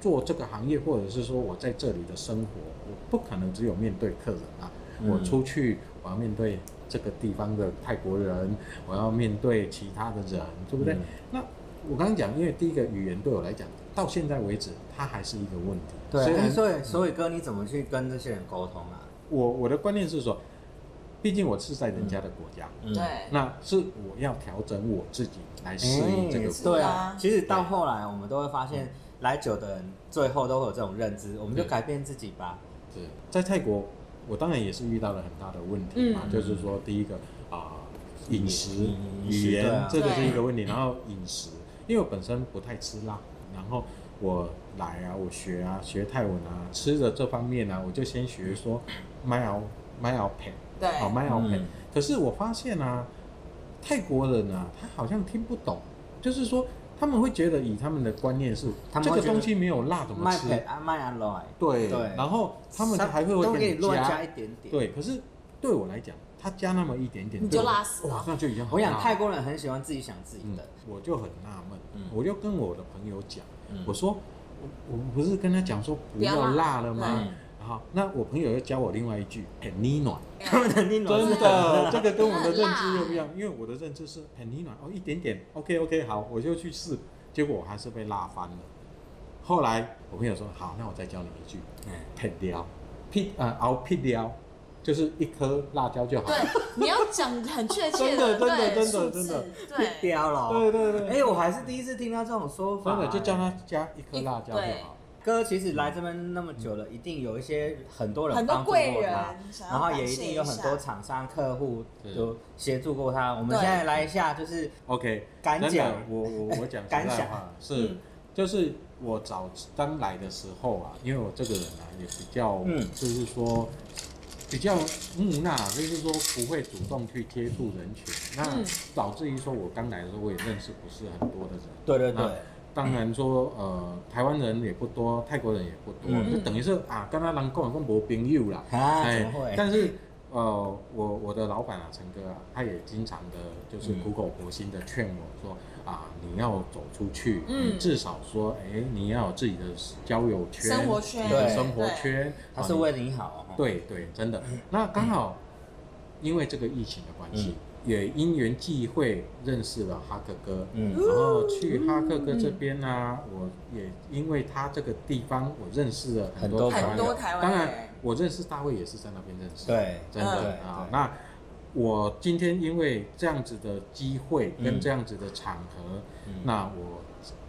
[SPEAKER 3] 做这个行业，或者是说我在这里的生活，我不可能只有面对客人啊。
[SPEAKER 1] 嗯
[SPEAKER 3] 我出去，我要面对这个地方的泰国人，我要面对其他的人，对不对？
[SPEAKER 1] 嗯
[SPEAKER 3] 那我刚刚讲，因为第一个语言对我来讲，到现在为止，它还是一个问题。
[SPEAKER 1] 对
[SPEAKER 3] 虽
[SPEAKER 1] 啊，
[SPEAKER 3] 然
[SPEAKER 1] 所以所以哥，你怎么去跟这些人沟通啊？
[SPEAKER 3] 我我的观念是说，毕竟我是在人家的国家，
[SPEAKER 1] 嗯
[SPEAKER 2] 对，
[SPEAKER 3] 那是我要调整我自己来适应这个国
[SPEAKER 1] 哎对
[SPEAKER 2] 是
[SPEAKER 3] 家。
[SPEAKER 2] 啊
[SPEAKER 1] 啊，其实到后来我们都会发现，来久的人最后都会有这种认知，我们就
[SPEAKER 3] 对
[SPEAKER 1] 改变自己吧。
[SPEAKER 3] 是在泰国，我当然也是遇到了很大的问题嘛，
[SPEAKER 2] 嗯
[SPEAKER 3] 就是说第一个啊、饮食、
[SPEAKER 1] 饮食
[SPEAKER 3] 语言，
[SPEAKER 1] 对啊
[SPEAKER 3] 这个是
[SPEAKER 2] 对
[SPEAKER 3] 一个问题。然后饮食，因为我本身不太吃辣，然后我来啊，我学啊，学泰文啊，吃的这方面啊，我就先学说 my o my o p
[SPEAKER 2] 对，
[SPEAKER 3] 好 my o p
[SPEAKER 1] 嗯
[SPEAKER 3] 可是我发现啊，泰国人啊，他好像听不懂，就是说他们会觉得以他们的观念是
[SPEAKER 1] 他们
[SPEAKER 3] 这
[SPEAKER 1] 会
[SPEAKER 3] 个
[SPEAKER 1] 觉得
[SPEAKER 3] 东西没有辣怎么
[SPEAKER 1] 卖
[SPEAKER 3] 吃？
[SPEAKER 1] 陪啊卖啊来，
[SPEAKER 3] 对，
[SPEAKER 1] 对
[SPEAKER 3] 然后他们还会
[SPEAKER 1] 都
[SPEAKER 3] 会
[SPEAKER 1] 给
[SPEAKER 3] 给
[SPEAKER 1] 你乱加
[SPEAKER 3] 加
[SPEAKER 1] 一点点。
[SPEAKER 3] 对，可是对我来讲，他加那么一点点，
[SPEAKER 2] 你就
[SPEAKER 3] 对我
[SPEAKER 2] 辣死了
[SPEAKER 3] 哇，那就已经很
[SPEAKER 1] 我想
[SPEAKER 3] 辣了
[SPEAKER 1] 泰国人很喜欢自己想自己
[SPEAKER 3] 嗯
[SPEAKER 1] 的，，
[SPEAKER 3] 我就很纳闷，
[SPEAKER 1] 嗯
[SPEAKER 3] 我就跟我的朋友讲，
[SPEAKER 1] 嗯
[SPEAKER 3] 我说我我不是跟他讲说不
[SPEAKER 2] 不要
[SPEAKER 3] 要
[SPEAKER 2] 辣
[SPEAKER 3] 辣了吗
[SPEAKER 1] 嗯？
[SPEAKER 3] 然后那我朋友又教我另外一句，很泥暖，
[SPEAKER 1] [LAUGHS]
[SPEAKER 2] 哎
[SPEAKER 1] 他们的那种
[SPEAKER 3] 真
[SPEAKER 1] 是
[SPEAKER 3] 的， [LAUGHS] 这个跟我们的
[SPEAKER 2] 真的
[SPEAKER 3] 认
[SPEAKER 2] 辣
[SPEAKER 3] 知又不一样，因为我的认知是很泥暖哦，一点点，OK OK，好，我就去试，结果我还是被辣翻了。后来我朋友说，好，那我再教你一句，
[SPEAKER 1] 嗯
[SPEAKER 3] 片雕，屁呃熬片雕，就是一颗辣椒就好
[SPEAKER 2] 对
[SPEAKER 3] 了。，
[SPEAKER 2] 你要讲很确切
[SPEAKER 3] 真的
[SPEAKER 2] 对，
[SPEAKER 3] 真的真的
[SPEAKER 2] 数字
[SPEAKER 3] 真的
[SPEAKER 1] 被
[SPEAKER 2] 对，哎
[SPEAKER 1] 刁了。
[SPEAKER 3] 对对对，
[SPEAKER 1] 哎，我还是第一次听到这种说法。
[SPEAKER 3] 真的就叫他加一颗辣椒就
[SPEAKER 2] 对
[SPEAKER 3] 好。
[SPEAKER 1] 哥其实来这边那么久了，一定有一些很多人
[SPEAKER 4] 很多
[SPEAKER 1] 帮助
[SPEAKER 4] 贵
[SPEAKER 1] 过
[SPEAKER 4] 人
[SPEAKER 1] 他，，
[SPEAKER 4] 想要
[SPEAKER 1] 然后
[SPEAKER 4] 感
[SPEAKER 1] 也一
[SPEAKER 4] 谢
[SPEAKER 1] 定有很多
[SPEAKER 4] 下
[SPEAKER 1] 厂商客户
[SPEAKER 3] 对
[SPEAKER 1] 有协助过他。我们
[SPEAKER 4] 对
[SPEAKER 1] 现在来一下，就是
[SPEAKER 3] ，OK，
[SPEAKER 1] 感
[SPEAKER 3] 真的
[SPEAKER 1] 讲，
[SPEAKER 3] 我我我讲
[SPEAKER 1] [LAUGHS]
[SPEAKER 3] 实
[SPEAKER 1] 感
[SPEAKER 3] 在
[SPEAKER 1] 想
[SPEAKER 3] 话是
[SPEAKER 4] 嗯，
[SPEAKER 3] 就是我早刚来的时候啊，因为我这个人啊也比较，
[SPEAKER 1] 嗯
[SPEAKER 3] 就是说比较木讷，就是说不会主动去接触人群，那
[SPEAKER 4] 嗯
[SPEAKER 3] 导致于说我刚来的时候我也认识不是很多的人。
[SPEAKER 1] 对对对
[SPEAKER 3] 啊，当然说，呃，台湾人也不多，泰国人也不多，
[SPEAKER 1] 嗯
[SPEAKER 3] 就等于是啊，刚刚人讲讲没朋友啦，
[SPEAKER 1] 啊，怎么会？
[SPEAKER 3] 哎但是呃，我我的老板啊，陈哥啊，他也经常的，就是
[SPEAKER 1] 嗯
[SPEAKER 3] 苦口婆心的劝我说啊，你要走出去，
[SPEAKER 4] 嗯
[SPEAKER 3] 你至少说，哎，你要有自己的交友圈、
[SPEAKER 4] 生活圈
[SPEAKER 3] 你的
[SPEAKER 1] 对
[SPEAKER 3] 生活
[SPEAKER 4] 对
[SPEAKER 3] 圈，
[SPEAKER 1] 他
[SPEAKER 3] 啊
[SPEAKER 1] 是
[SPEAKER 3] 你
[SPEAKER 1] 为你好哦，
[SPEAKER 3] 对对，真的。那刚好因为这个疫情的关系，也因缘际会认识了哈哥哥。
[SPEAKER 1] 嗯
[SPEAKER 3] 然后去哈克哥这边呢、我也因为他这个地方，我认识了很
[SPEAKER 1] 很多
[SPEAKER 3] 多台湾
[SPEAKER 4] 很多
[SPEAKER 3] 人。
[SPEAKER 4] 台湾
[SPEAKER 3] 当
[SPEAKER 4] 人，
[SPEAKER 3] 然，我认识大卫也是在那边认识。，
[SPEAKER 1] 对，
[SPEAKER 3] 真的
[SPEAKER 1] 嗯
[SPEAKER 3] 啊
[SPEAKER 1] 对。
[SPEAKER 3] 那我今天因为这样子的机会
[SPEAKER 1] 嗯
[SPEAKER 3] 跟这样子的场合，
[SPEAKER 1] 嗯
[SPEAKER 3] 那我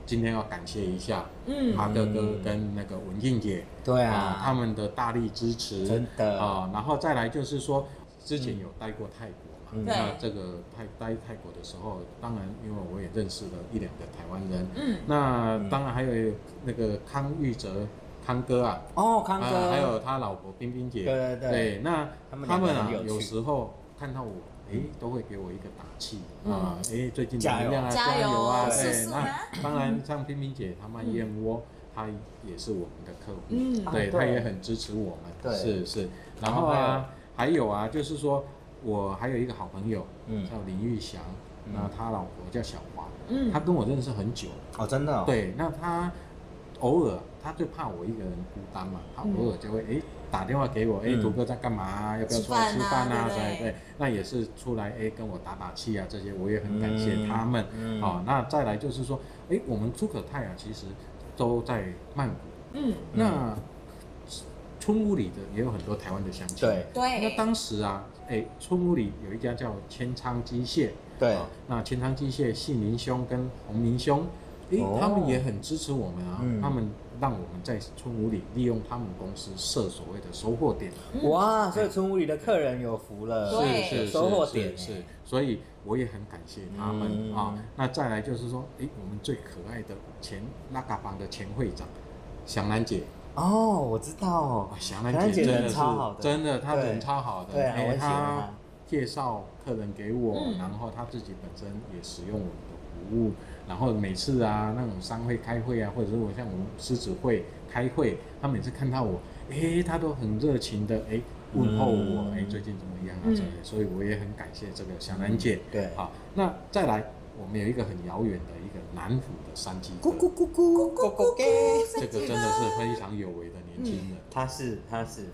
[SPEAKER 3] 今天要感谢一下
[SPEAKER 4] 嗯
[SPEAKER 3] 哈哥哥
[SPEAKER 1] 嗯
[SPEAKER 3] 跟那个文静姐
[SPEAKER 1] 对
[SPEAKER 3] 啊，他
[SPEAKER 1] 啊，
[SPEAKER 3] 们的大力支持。
[SPEAKER 1] 真的，
[SPEAKER 3] 啊，然后再来就是说，之
[SPEAKER 4] 嗯
[SPEAKER 3] 前有待过泰国嘛，
[SPEAKER 1] 嗯
[SPEAKER 3] 那
[SPEAKER 4] 对
[SPEAKER 3] 这个泰待泰国的时候，当然因为我也认识了一两个台湾人，
[SPEAKER 4] 嗯
[SPEAKER 3] 那
[SPEAKER 1] 嗯
[SPEAKER 3] 当然还有那个康玉哲康哥啊，
[SPEAKER 1] 哦，康
[SPEAKER 3] 啊
[SPEAKER 1] 哥，
[SPEAKER 3] 还有他老婆冰冰姐，
[SPEAKER 1] 对对对，
[SPEAKER 3] 那
[SPEAKER 1] 他们
[SPEAKER 3] 他
[SPEAKER 1] 两个
[SPEAKER 3] 们啊
[SPEAKER 1] 很有趣
[SPEAKER 3] 有时候看到我。哎，都会给我一个打气啊！哎，最近
[SPEAKER 1] 嗯
[SPEAKER 3] 怎
[SPEAKER 1] 加
[SPEAKER 3] 么
[SPEAKER 1] 油
[SPEAKER 3] 样啊？
[SPEAKER 4] 加油
[SPEAKER 3] 油啊！
[SPEAKER 4] 素
[SPEAKER 3] 对，
[SPEAKER 4] 素
[SPEAKER 3] 那
[SPEAKER 4] 啊
[SPEAKER 3] 当然像冰冰姐他们燕窝，她也是我们的客户。
[SPEAKER 4] 嗯
[SPEAKER 1] 啊
[SPEAKER 3] 对，
[SPEAKER 1] 对
[SPEAKER 3] 他也很支持我们，
[SPEAKER 1] 对
[SPEAKER 3] 是是。然
[SPEAKER 1] 然
[SPEAKER 3] 后
[SPEAKER 1] 后
[SPEAKER 3] 啊，还有啊，就是说我还有一个好朋友
[SPEAKER 1] 嗯，
[SPEAKER 3] 叫林玉祥，
[SPEAKER 1] 嗯
[SPEAKER 3] 那他老婆叫小华，
[SPEAKER 4] 嗯
[SPEAKER 3] 他跟我认识很久，
[SPEAKER 1] 哦，真的哦，
[SPEAKER 3] 对，那他偶尔他最怕我一个人孤单嘛，他
[SPEAKER 4] 嗯
[SPEAKER 3] 偶尔就会哎打电话给我，哎，
[SPEAKER 1] 嗯
[SPEAKER 3] 图哥在干嘛啊？要不要出来
[SPEAKER 4] 吃
[SPEAKER 3] 吃
[SPEAKER 4] 饭啊
[SPEAKER 3] 饭啊？
[SPEAKER 4] 对不对
[SPEAKER 3] 对对，那也是出来哎跟我打打气啊，这些我也很感谢他们。
[SPEAKER 1] 嗯，
[SPEAKER 3] 好，那再来就是说，哎，我们诸葛泰啊，其实都在曼谷。
[SPEAKER 4] 嗯，
[SPEAKER 1] 嗯
[SPEAKER 3] 那村屋里的也有很多台湾的乡亲。
[SPEAKER 1] 对
[SPEAKER 4] 对，
[SPEAKER 3] 那当时啊，哎，村屋里有一家叫千仓机械，
[SPEAKER 1] 对
[SPEAKER 3] 啊，那千仓机械信明兄跟洪明兄，哎，
[SPEAKER 1] 哦
[SPEAKER 3] 他们也很支持我们啊，
[SPEAKER 1] 嗯
[SPEAKER 3] 他们让我们在村屋里利用他们公司设所谓的收获点，
[SPEAKER 4] 嗯
[SPEAKER 1] 哇，所以村屋里的客人有福了，
[SPEAKER 4] 对
[SPEAKER 3] 是是
[SPEAKER 1] 呃收获
[SPEAKER 3] 是
[SPEAKER 1] 点
[SPEAKER 3] 是
[SPEAKER 1] 欸，
[SPEAKER 3] 所以我也很感谢他们
[SPEAKER 1] 嗯
[SPEAKER 3] 啊。那再来就是说，哎，我们最可爱的前拉嘎邦的前会长祥兰姐，
[SPEAKER 1] 哦，我知道哦
[SPEAKER 3] 哇，，祥兰姐
[SPEAKER 1] 祥兰姐
[SPEAKER 3] 真的
[SPEAKER 1] 人
[SPEAKER 3] 是
[SPEAKER 1] 超好的
[SPEAKER 3] 真的，她
[SPEAKER 1] 对
[SPEAKER 3] 人超好的，
[SPEAKER 1] 对啊，
[SPEAKER 3] 哎
[SPEAKER 1] 我也喜欢
[SPEAKER 3] 她
[SPEAKER 1] 他，
[SPEAKER 3] 介绍客人给我，
[SPEAKER 4] 嗯
[SPEAKER 3] 然后她自己本身也使用我们的服务，然后每次啊那种商会开会啊，或者是我像我们狮子会开会，她每次看到我，哎，她都很热情的，哎。问候我，
[SPEAKER 1] 嗯嗯
[SPEAKER 3] 哎、最近怎么样啊？
[SPEAKER 4] 嗯
[SPEAKER 3] 这类，所以我也很感谢这个小兰姐。
[SPEAKER 1] 对，
[SPEAKER 3] 好，那再来，我们有一个很遥远的一个南府的山鸡哥，
[SPEAKER 1] 咕咕咕咕咕咕咕，
[SPEAKER 3] 这个真的是非常有为的年轻
[SPEAKER 4] 嗯
[SPEAKER 3] 人。
[SPEAKER 1] 他是他是，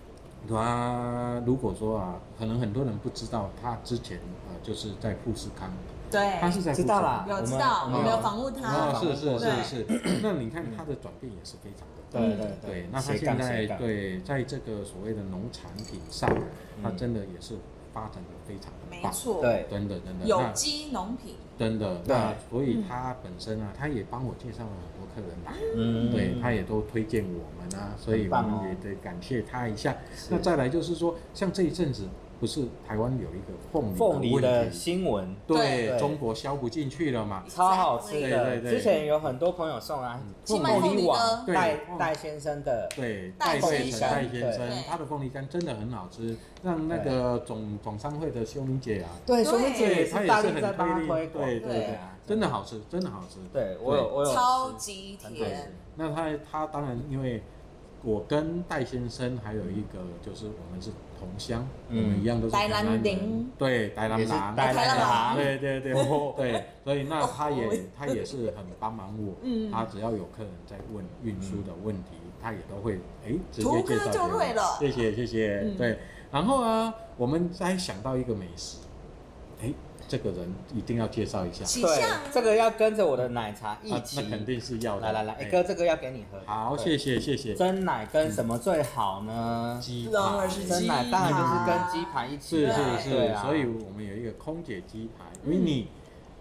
[SPEAKER 3] 他如果说啊，可能很多人不知道，他之前啊、呃就是在富士康，
[SPEAKER 4] 对
[SPEAKER 3] 他，是在富
[SPEAKER 1] 哎知
[SPEAKER 3] 士
[SPEAKER 1] 道啦
[SPEAKER 3] 康，
[SPEAKER 4] 有知
[SPEAKER 1] 我们
[SPEAKER 4] 道，
[SPEAKER 1] 我
[SPEAKER 4] 我
[SPEAKER 1] 们
[SPEAKER 4] 们有
[SPEAKER 1] 有
[SPEAKER 4] 访问他
[SPEAKER 1] 啊，
[SPEAKER 3] 哦，是是
[SPEAKER 4] 对
[SPEAKER 1] [CLEARS THROAT]
[SPEAKER 3] 是是。那你看他的转变也是非常的大。
[SPEAKER 1] 对对
[SPEAKER 3] 对
[SPEAKER 1] 对，，
[SPEAKER 3] 那他
[SPEAKER 1] 斜
[SPEAKER 3] 现
[SPEAKER 1] 杠
[SPEAKER 3] 在
[SPEAKER 1] 斜杠，
[SPEAKER 3] 对在这个所谓的农产品上，
[SPEAKER 1] 嗯
[SPEAKER 3] 他真的也是发展的非常的
[SPEAKER 4] 没
[SPEAKER 3] 棒，
[SPEAKER 4] 错，
[SPEAKER 1] 对，
[SPEAKER 3] 真的真的。
[SPEAKER 4] 有
[SPEAKER 3] 那
[SPEAKER 4] 机农品，
[SPEAKER 3] 真的，
[SPEAKER 1] 对
[SPEAKER 3] 那所以他本身啊，他也帮我介绍了很多客人来，
[SPEAKER 1] 嗯
[SPEAKER 3] 对，他也都推荐我们啊，所以
[SPEAKER 1] 很
[SPEAKER 3] 我
[SPEAKER 1] 棒哦
[SPEAKER 3] 们也得感谢他一下。
[SPEAKER 1] 是
[SPEAKER 3] 那再来就是说，像这一阵子不是台湾有一个凤
[SPEAKER 1] 凤
[SPEAKER 3] 梨
[SPEAKER 1] 梨
[SPEAKER 3] 的
[SPEAKER 1] 的
[SPEAKER 3] 问题，
[SPEAKER 1] 新闻
[SPEAKER 3] 对
[SPEAKER 1] 对
[SPEAKER 3] 中国销不进去了嘛？
[SPEAKER 1] 超好吃的，
[SPEAKER 3] 对对对
[SPEAKER 1] 之前有很多朋友送啊，
[SPEAKER 4] 清迈
[SPEAKER 1] 凤
[SPEAKER 4] 凤梨
[SPEAKER 1] 网
[SPEAKER 4] 哥，
[SPEAKER 3] 对
[SPEAKER 1] 戴
[SPEAKER 3] 嗯
[SPEAKER 1] 戴先生的，
[SPEAKER 3] 对，
[SPEAKER 4] 戴
[SPEAKER 3] 戴
[SPEAKER 4] 先
[SPEAKER 3] 先
[SPEAKER 1] 生
[SPEAKER 3] 生，戴先
[SPEAKER 1] 对
[SPEAKER 3] 生
[SPEAKER 4] 对
[SPEAKER 3] 他的凤梨干真的很好吃，让那个总总商会的修明姐啊，
[SPEAKER 1] 对，
[SPEAKER 4] 对
[SPEAKER 1] 兄弟姐也
[SPEAKER 3] 她
[SPEAKER 1] 是
[SPEAKER 3] 也
[SPEAKER 1] 大
[SPEAKER 3] 是
[SPEAKER 1] 力在
[SPEAKER 3] 很
[SPEAKER 1] 帮他
[SPEAKER 3] 推
[SPEAKER 1] 推
[SPEAKER 3] 力，
[SPEAKER 1] 广，
[SPEAKER 3] 对对
[SPEAKER 4] 对
[SPEAKER 3] 对
[SPEAKER 1] 啊，，
[SPEAKER 3] 真的好吃，真的好吃，
[SPEAKER 1] 对我有我有
[SPEAKER 4] 超级
[SPEAKER 3] 对
[SPEAKER 4] 甜，
[SPEAKER 3] 那他他当然因为。我跟戴先生还有一个就是我们是同乡，
[SPEAKER 1] 嗯
[SPEAKER 3] 我们一样都是
[SPEAKER 4] 台
[SPEAKER 3] 台
[SPEAKER 4] 南
[SPEAKER 3] 南人
[SPEAKER 4] 人，
[SPEAKER 3] 对，台南
[SPEAKER 1] 也是
[SPEAKER 3] 郎，
[SPEAKER 1] 带
[SPEAKER 4] 开
[SPEAKER 1] 来
[SPEAKER 4] 了
[SPEAKER 1] 的
[SPEAKER 4] 吧
[SPEAKER 3] 对对对，
[SPEAKER 1] 哦
[SPEAKER 3] [LAUGHS] 对，所以那他
[SPEAKER 4] 哦
[SPEAKER 3] 也他也是很帮忙我，
[SPEAKER 4] 嗯
[SPEAKER 3] 他只要有客人在问运输的问题，他也都会哎直
[SPEAKER 4] 图
[SPEAKER 3] 接
[SPEAKER 4] 哥
[SPEAKER 3] 介绍给
[SPEAKER 4] 就对了
[SPEAKER 3] 我，谢谢谢谢
[SPEAKER 4] 嗯，
[SPEAKER 3] 对，然后啊，我们再想到一个美食，哎，这个人一定要介绍一下，
[SPEAKER 4] 喜
[SPEAKER 1] 对
[SPEAKER 4] 相，，
[SPEAKER 1] 这个要跟着我的奶茶一
[SPEAKER 3] 那
[SPEAKER 1] 起
[SPEAKER 3] 那，肯定是要的，
[SPEAKER 1] 来来来，哎
[SPEAKER 3] 哎
[SPEAKER 1] 哥，这个要给你喝，
[SPEAKER 3] 好，
[SPEAKER 1] 对
[SPEAKER 3] 谢谢谢谢，
[SPEAKER 1] 真奶跟什么最好呢？
[SPEAKER 3] 鸡
[SPEAKER 4] 当
[SPEAKER 3] 排
[SPEAKER 4] 然是
[SPEAKER 1] 真奶
[SPEAKER 4] 鸡
[SPEAKER 1] 当然就是
[SPEAKER 4] 排
[SPEAKER 1] 跟鸡排一起
[SPEAKER 3] 是
[SPEAKER 1] 啦，
[SPEAKER 3] 是
[SPEAKER 1] 对
[SPEAKER 3] 是，
[SPEAKER 1] 啊
[SPEAKER 3] 所以我们有一个空姐鸡排
[SPEAKER 4] 嗯
[SPEAKER 3] 维尼，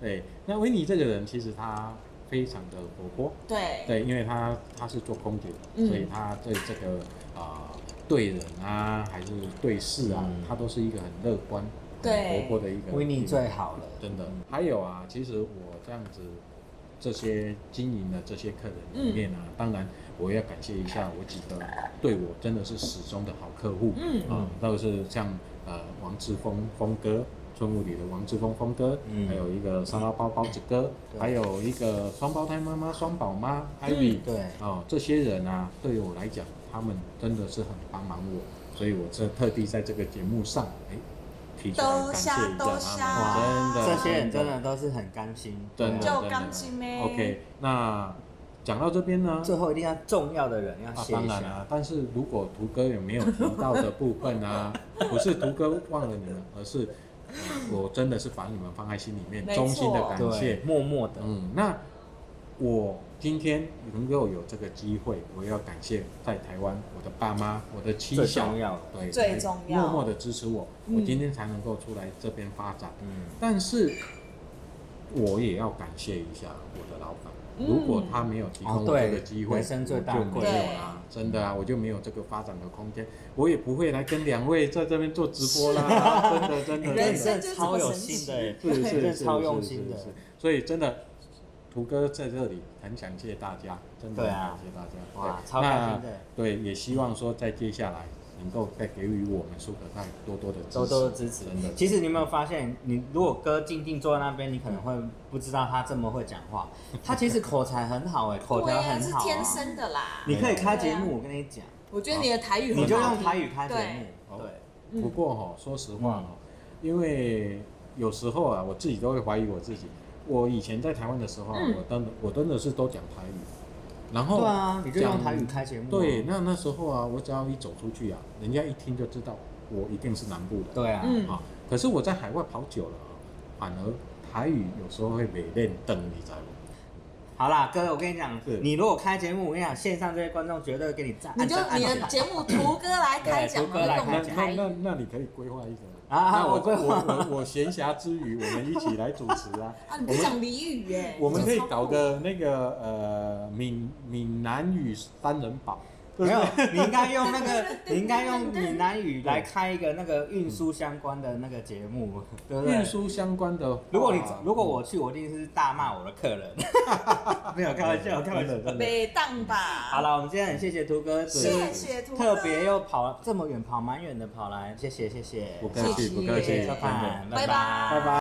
[SPEAKER 3] 对，那维尼这个人其实他非常的活泼。
[SPEAKER 4] 哎
[SPEAKER 2] 对，
[SPEAKER 3] 对，因为他他是做空姐，
[SPEAKER 2] 嗯
[SPEAKER 3] 所以他对这个啊、呃对人啊，还是对事啊，
[SPEAKER 1] 嗯
[SPEAKER 3] 他都是一个很乐观、
[SPEAKER 2] 对
[SPEAKER 3] 很活泼的一个。
[SPEAKER 1] 维尼最好了，
[SPEAKER 3] 真的。还有啊，其实我这样子这些经营的这些客人里面啊，
[SPEAKER 4] 嗯
[SPEAKER 3] 当然我要感谢一下我几个对我真的是始终的好客户。
[SPEAKER 2] 嗯
[SPEAKER 3] 啊，那个是像呃王志峰峰哥，村务里的王志峰峰哥，
[SPEAKER 1] 嗯
[SPEAKER 3] 还有一个沙拉包包子哥，
[SPEAKER 1] 对
[SPEAKER 3] 还有一个双胞胎妈妈双宝妈 Ivy，、
[SPEAKER 2] 嗯
[SPEAKER 1] 对，
[SPEAKER 3] 哦，这些人啊，对于我来讲，他们真的是很帮忙我，所以我这特地在这个节目上，哎，提出来
[SPEAKER 2] 都
[SPEAKER 3] 感谢
[SPEAKER 2] 下
[SPEAKER 3] 一
[SPEAKER 2] 都
[SPEAKER 3] 下他
[SPEAKER 2] 下
[SPEAKER 3] 们，真
[SPEAKER 1] 这
[SPEAKER 3] 的，
[SPEAKER 1] 些人真的都是很甘心，
[SPEAKER 3] 真的，
[SPEAKER 1] 对啊
[SPEAKER 2] 就
[SPEAKER 3] 真的
[SPEAKER 2] 钢筋咩
[SPEAKER 3] OK，那讲到这边呢，
[SPEAKER 1] 最后一定要重要的人要
[SPEAKER 3] 啊，
[SPEAKER 1] 谢
[SPEAKER 3] 当
[SPEAKER 1] 一
[SPEAKER 3] 然
[SPEAKER 1] 下，
[SPEAKER 3] 啊，但是如果图哥有没有提到的部
[SPEAKER 1] [LAUGHS]
[SPEAKER 3] 分啊，不是图哥忘了你们，而是呃我真的是把你们放在心里面，
[SPEAKER 2] 没错
[SPEAKER 3] 衷心的感
[SPEAKER 1] 对
[SPEAKER 3] 谢，。
[SPEAKER 1] 默默的，
[SPEAKER 3] 嗯，那我今天能够有这个机会，我要感谢在台湾我的爸妈、我的妻
[SPEAKER 1] 最
[SPEAKER 3] 小
[SPEAKER 1] 重，要的，
[SPEAKER 3] 对，
[SPEAKER 2] 最重要
[SPEAKER 3] 默默的支持我，
[SPEAKER 2] 嗯
[SPEAKER 3] 我今天才能够出来这边发展。
[SPEAKER 1] 嗯，
[SPEAKER 3] 但是我也要感谢一下我的老板，如果他没有提
[SPEAKER 1] 嗯哦
[SPEAKER 3] 供我
[SPEAKER 1] 对
[SPEAKER 3] 这个机会，
[SPEAKER 1] 人生最大
[SPEAKER 3] 我
[SPEAKER 1] 的
[SPEAKER 3] 就没有啦，真的啊，我就没有这个发展的空间，我也不会来跟两位在这边做直播
[SPEAKER 1] [LAUGHS]
[SPEAKER 3] 啦，真的真的
[SPEAKER 1] 人
[SPEAKER 3] 真的，
[SPEAKER 1] 生超有心的，
[SPEAKER 3] 是是
[SPEAKER 1] 真的
[SPEAKER 3] 是
[SPEAKER 1] 超用
[SPEAKER 3] 是
[SPEAKER 1] 心的
[SPEAKER 3] 是，是所以真的。图哥在这里很感谢大家，真的
[SPEAKER 1] 对
[SPEAKER 3] 很
[SPEAKER 1] 啊
[SPEAKER 3] 感谢大家，
[SPEAKER 1] 哇
[SPEAKER 3] 对
[SPEAKER 1] 超开心的
[SPEAKER 3] 那对，也希望说在接下来能够再给予我们苏可泰多多的支持，
[SPEAKER 1] 多多支持
[SPEAKER 3] 真的。。
[SPEAKER 1] 其实你有没有发现，你如果哥静静坐在那边，你可能会不知道他这么会讲
[SPEAKER 3] [LAUGHS]
[SPEAKER 1] 话。他其实口才很好哎、口
[SPEAKER 2] 对
[SPEAKER 1] 条
[SPEAKER 2] 呀，
[SPEAKER 1] 很
[SPEAKER 2] 是
[SPEAKER 1] 好、
[SPEAKER 2] 天
[SPEAKER 1] 啊。
[SPEAKER 2] 生的啦。
[SPEAKER 1] 你可以开节
[SPEAKER 2] 对
[SPEAKER 1] 目，
[SPEAKER 2] 啊
[SPEAKER 1] 我跟你讲，
[SPEAKER 2] 我觉得你的台语很好
[SPEAKER 1] 你就用
[SPEAKER 2] 听
[SPEAKER 1] 台语开节
[SPEAKER 2] 对
[SPEAKER 1] 目。
[SPEAKER 3] 啊对
[SPEAKER 1] 对，
[SPEAKER 2] 嗯
[SPEAKER 3] 不过哈、说实话哈、因为有时候啊，我自己都会怀疑我自己。我以前在台湾的时候啊、
[SPEAKER 2] 嗯
[SPEAKER 3] 我真的我真的是都讲台语，然后
[SPEAKER 1] 对啊，你就用
[SPEAKER 3] 讲
[SPEAKER 1] 台语开节目啊。
[SPEAKER 3] 对，那那时候啊，我只要一走出去啊，人家一听就知道我一定是南部的
[SPEAKER 1] 对啊，
[SPEAKER 2] 嗯
[SPEAKER 3] 啊。可是我在海外跑久了啊，反而台语有时候会被练瞪，你知道吗？
[SPEAKER 1] 好啦，哥，我跟你讲
[SPEAKER 3] 是，
[SPEAKER 1] 你如果开节目，我跟你讲，线上这些观众绝对会给你赞，
[SPEAKER 2] 你就
[SPEAKER 1] 按赞
[SPEAKER 2] 你
[SPEAKER 1] 按
[SPEAKER 2] 的
[SPEAKER 1] 赞
[SPEAKER 2] 节目图哥来开讲嘛，
[SPEAKER 1] 对图哥来
[SPEAKER 2] 用
[SPEAKER 1] 开
[SPEAKER 3] 那
[SPEAKER 1] 讲
[SPEAKER 3] 那
[SPEAKER 2] 台
[SPEAKER 3] 那
[SPEAKER 2] 语。。
[SPEAKER 3] 那你可以规划一个
[SPEAKER 1] 啊
[SPEAKER 3] 那
[SPEAKER 1] 我规划
[SPEAKER 3] 我我我闲暇之余，我们一起来主持
[SPEAKER 1] [LAUGHS]
[SPEAKER 3] 啊
[SPEAKER 2] 啊，你可以讲俚语耶，
[SPEAKER 3] 我们可以
[SPEAKER 2] 这超酷
[SPEAKER 3] 搞个那个呃闽闽南语三人榜，
[SPEAKER 1] 没
[SPEAKER 3] [LAUGHS]
[SPEAKER 1] 有，你应该用那
[SPEAKER 2] [LAUGHS]
[SPEAKER 1] 个，你应该用闽南语来开一个那个运输相关的那个节目，对不对？
[SPEAKER 3] 运输相关的话。
[SPEAKER 1] 如果你
[SPEAKER 3] 哦
[SPEAKER 1] 如果我去，我一定是大骂我的客人。 [LAUGHS] 没有开玩笑，开玩笑
[SPEAKER 3] 嗯真。的真的
[SPEAKER 2] 北当吧。
[SPEAKER 1] 好，了，我们今天很谢谢图哥，
[SPEAKER 2] 谢谢图哥，
[SPEAKER 1] 特别又跑这么远，跑蛮远的跑来，谢谢谢谢，
[SPEAKER 3] 不客气不客
[SPEAKER 1] 谢
[SPEAKER 3] 气，
[SPEAKER 1] 谢
[SPEAKER 3] 真
[SPEAKER 1] 老
[SPEAKER 3] 的。
[SPEAKER 1] 板，
[SPEAKER 2] 拜拜
[SPEAKER 1] 拜
[SPEAKER 3] 拜拜。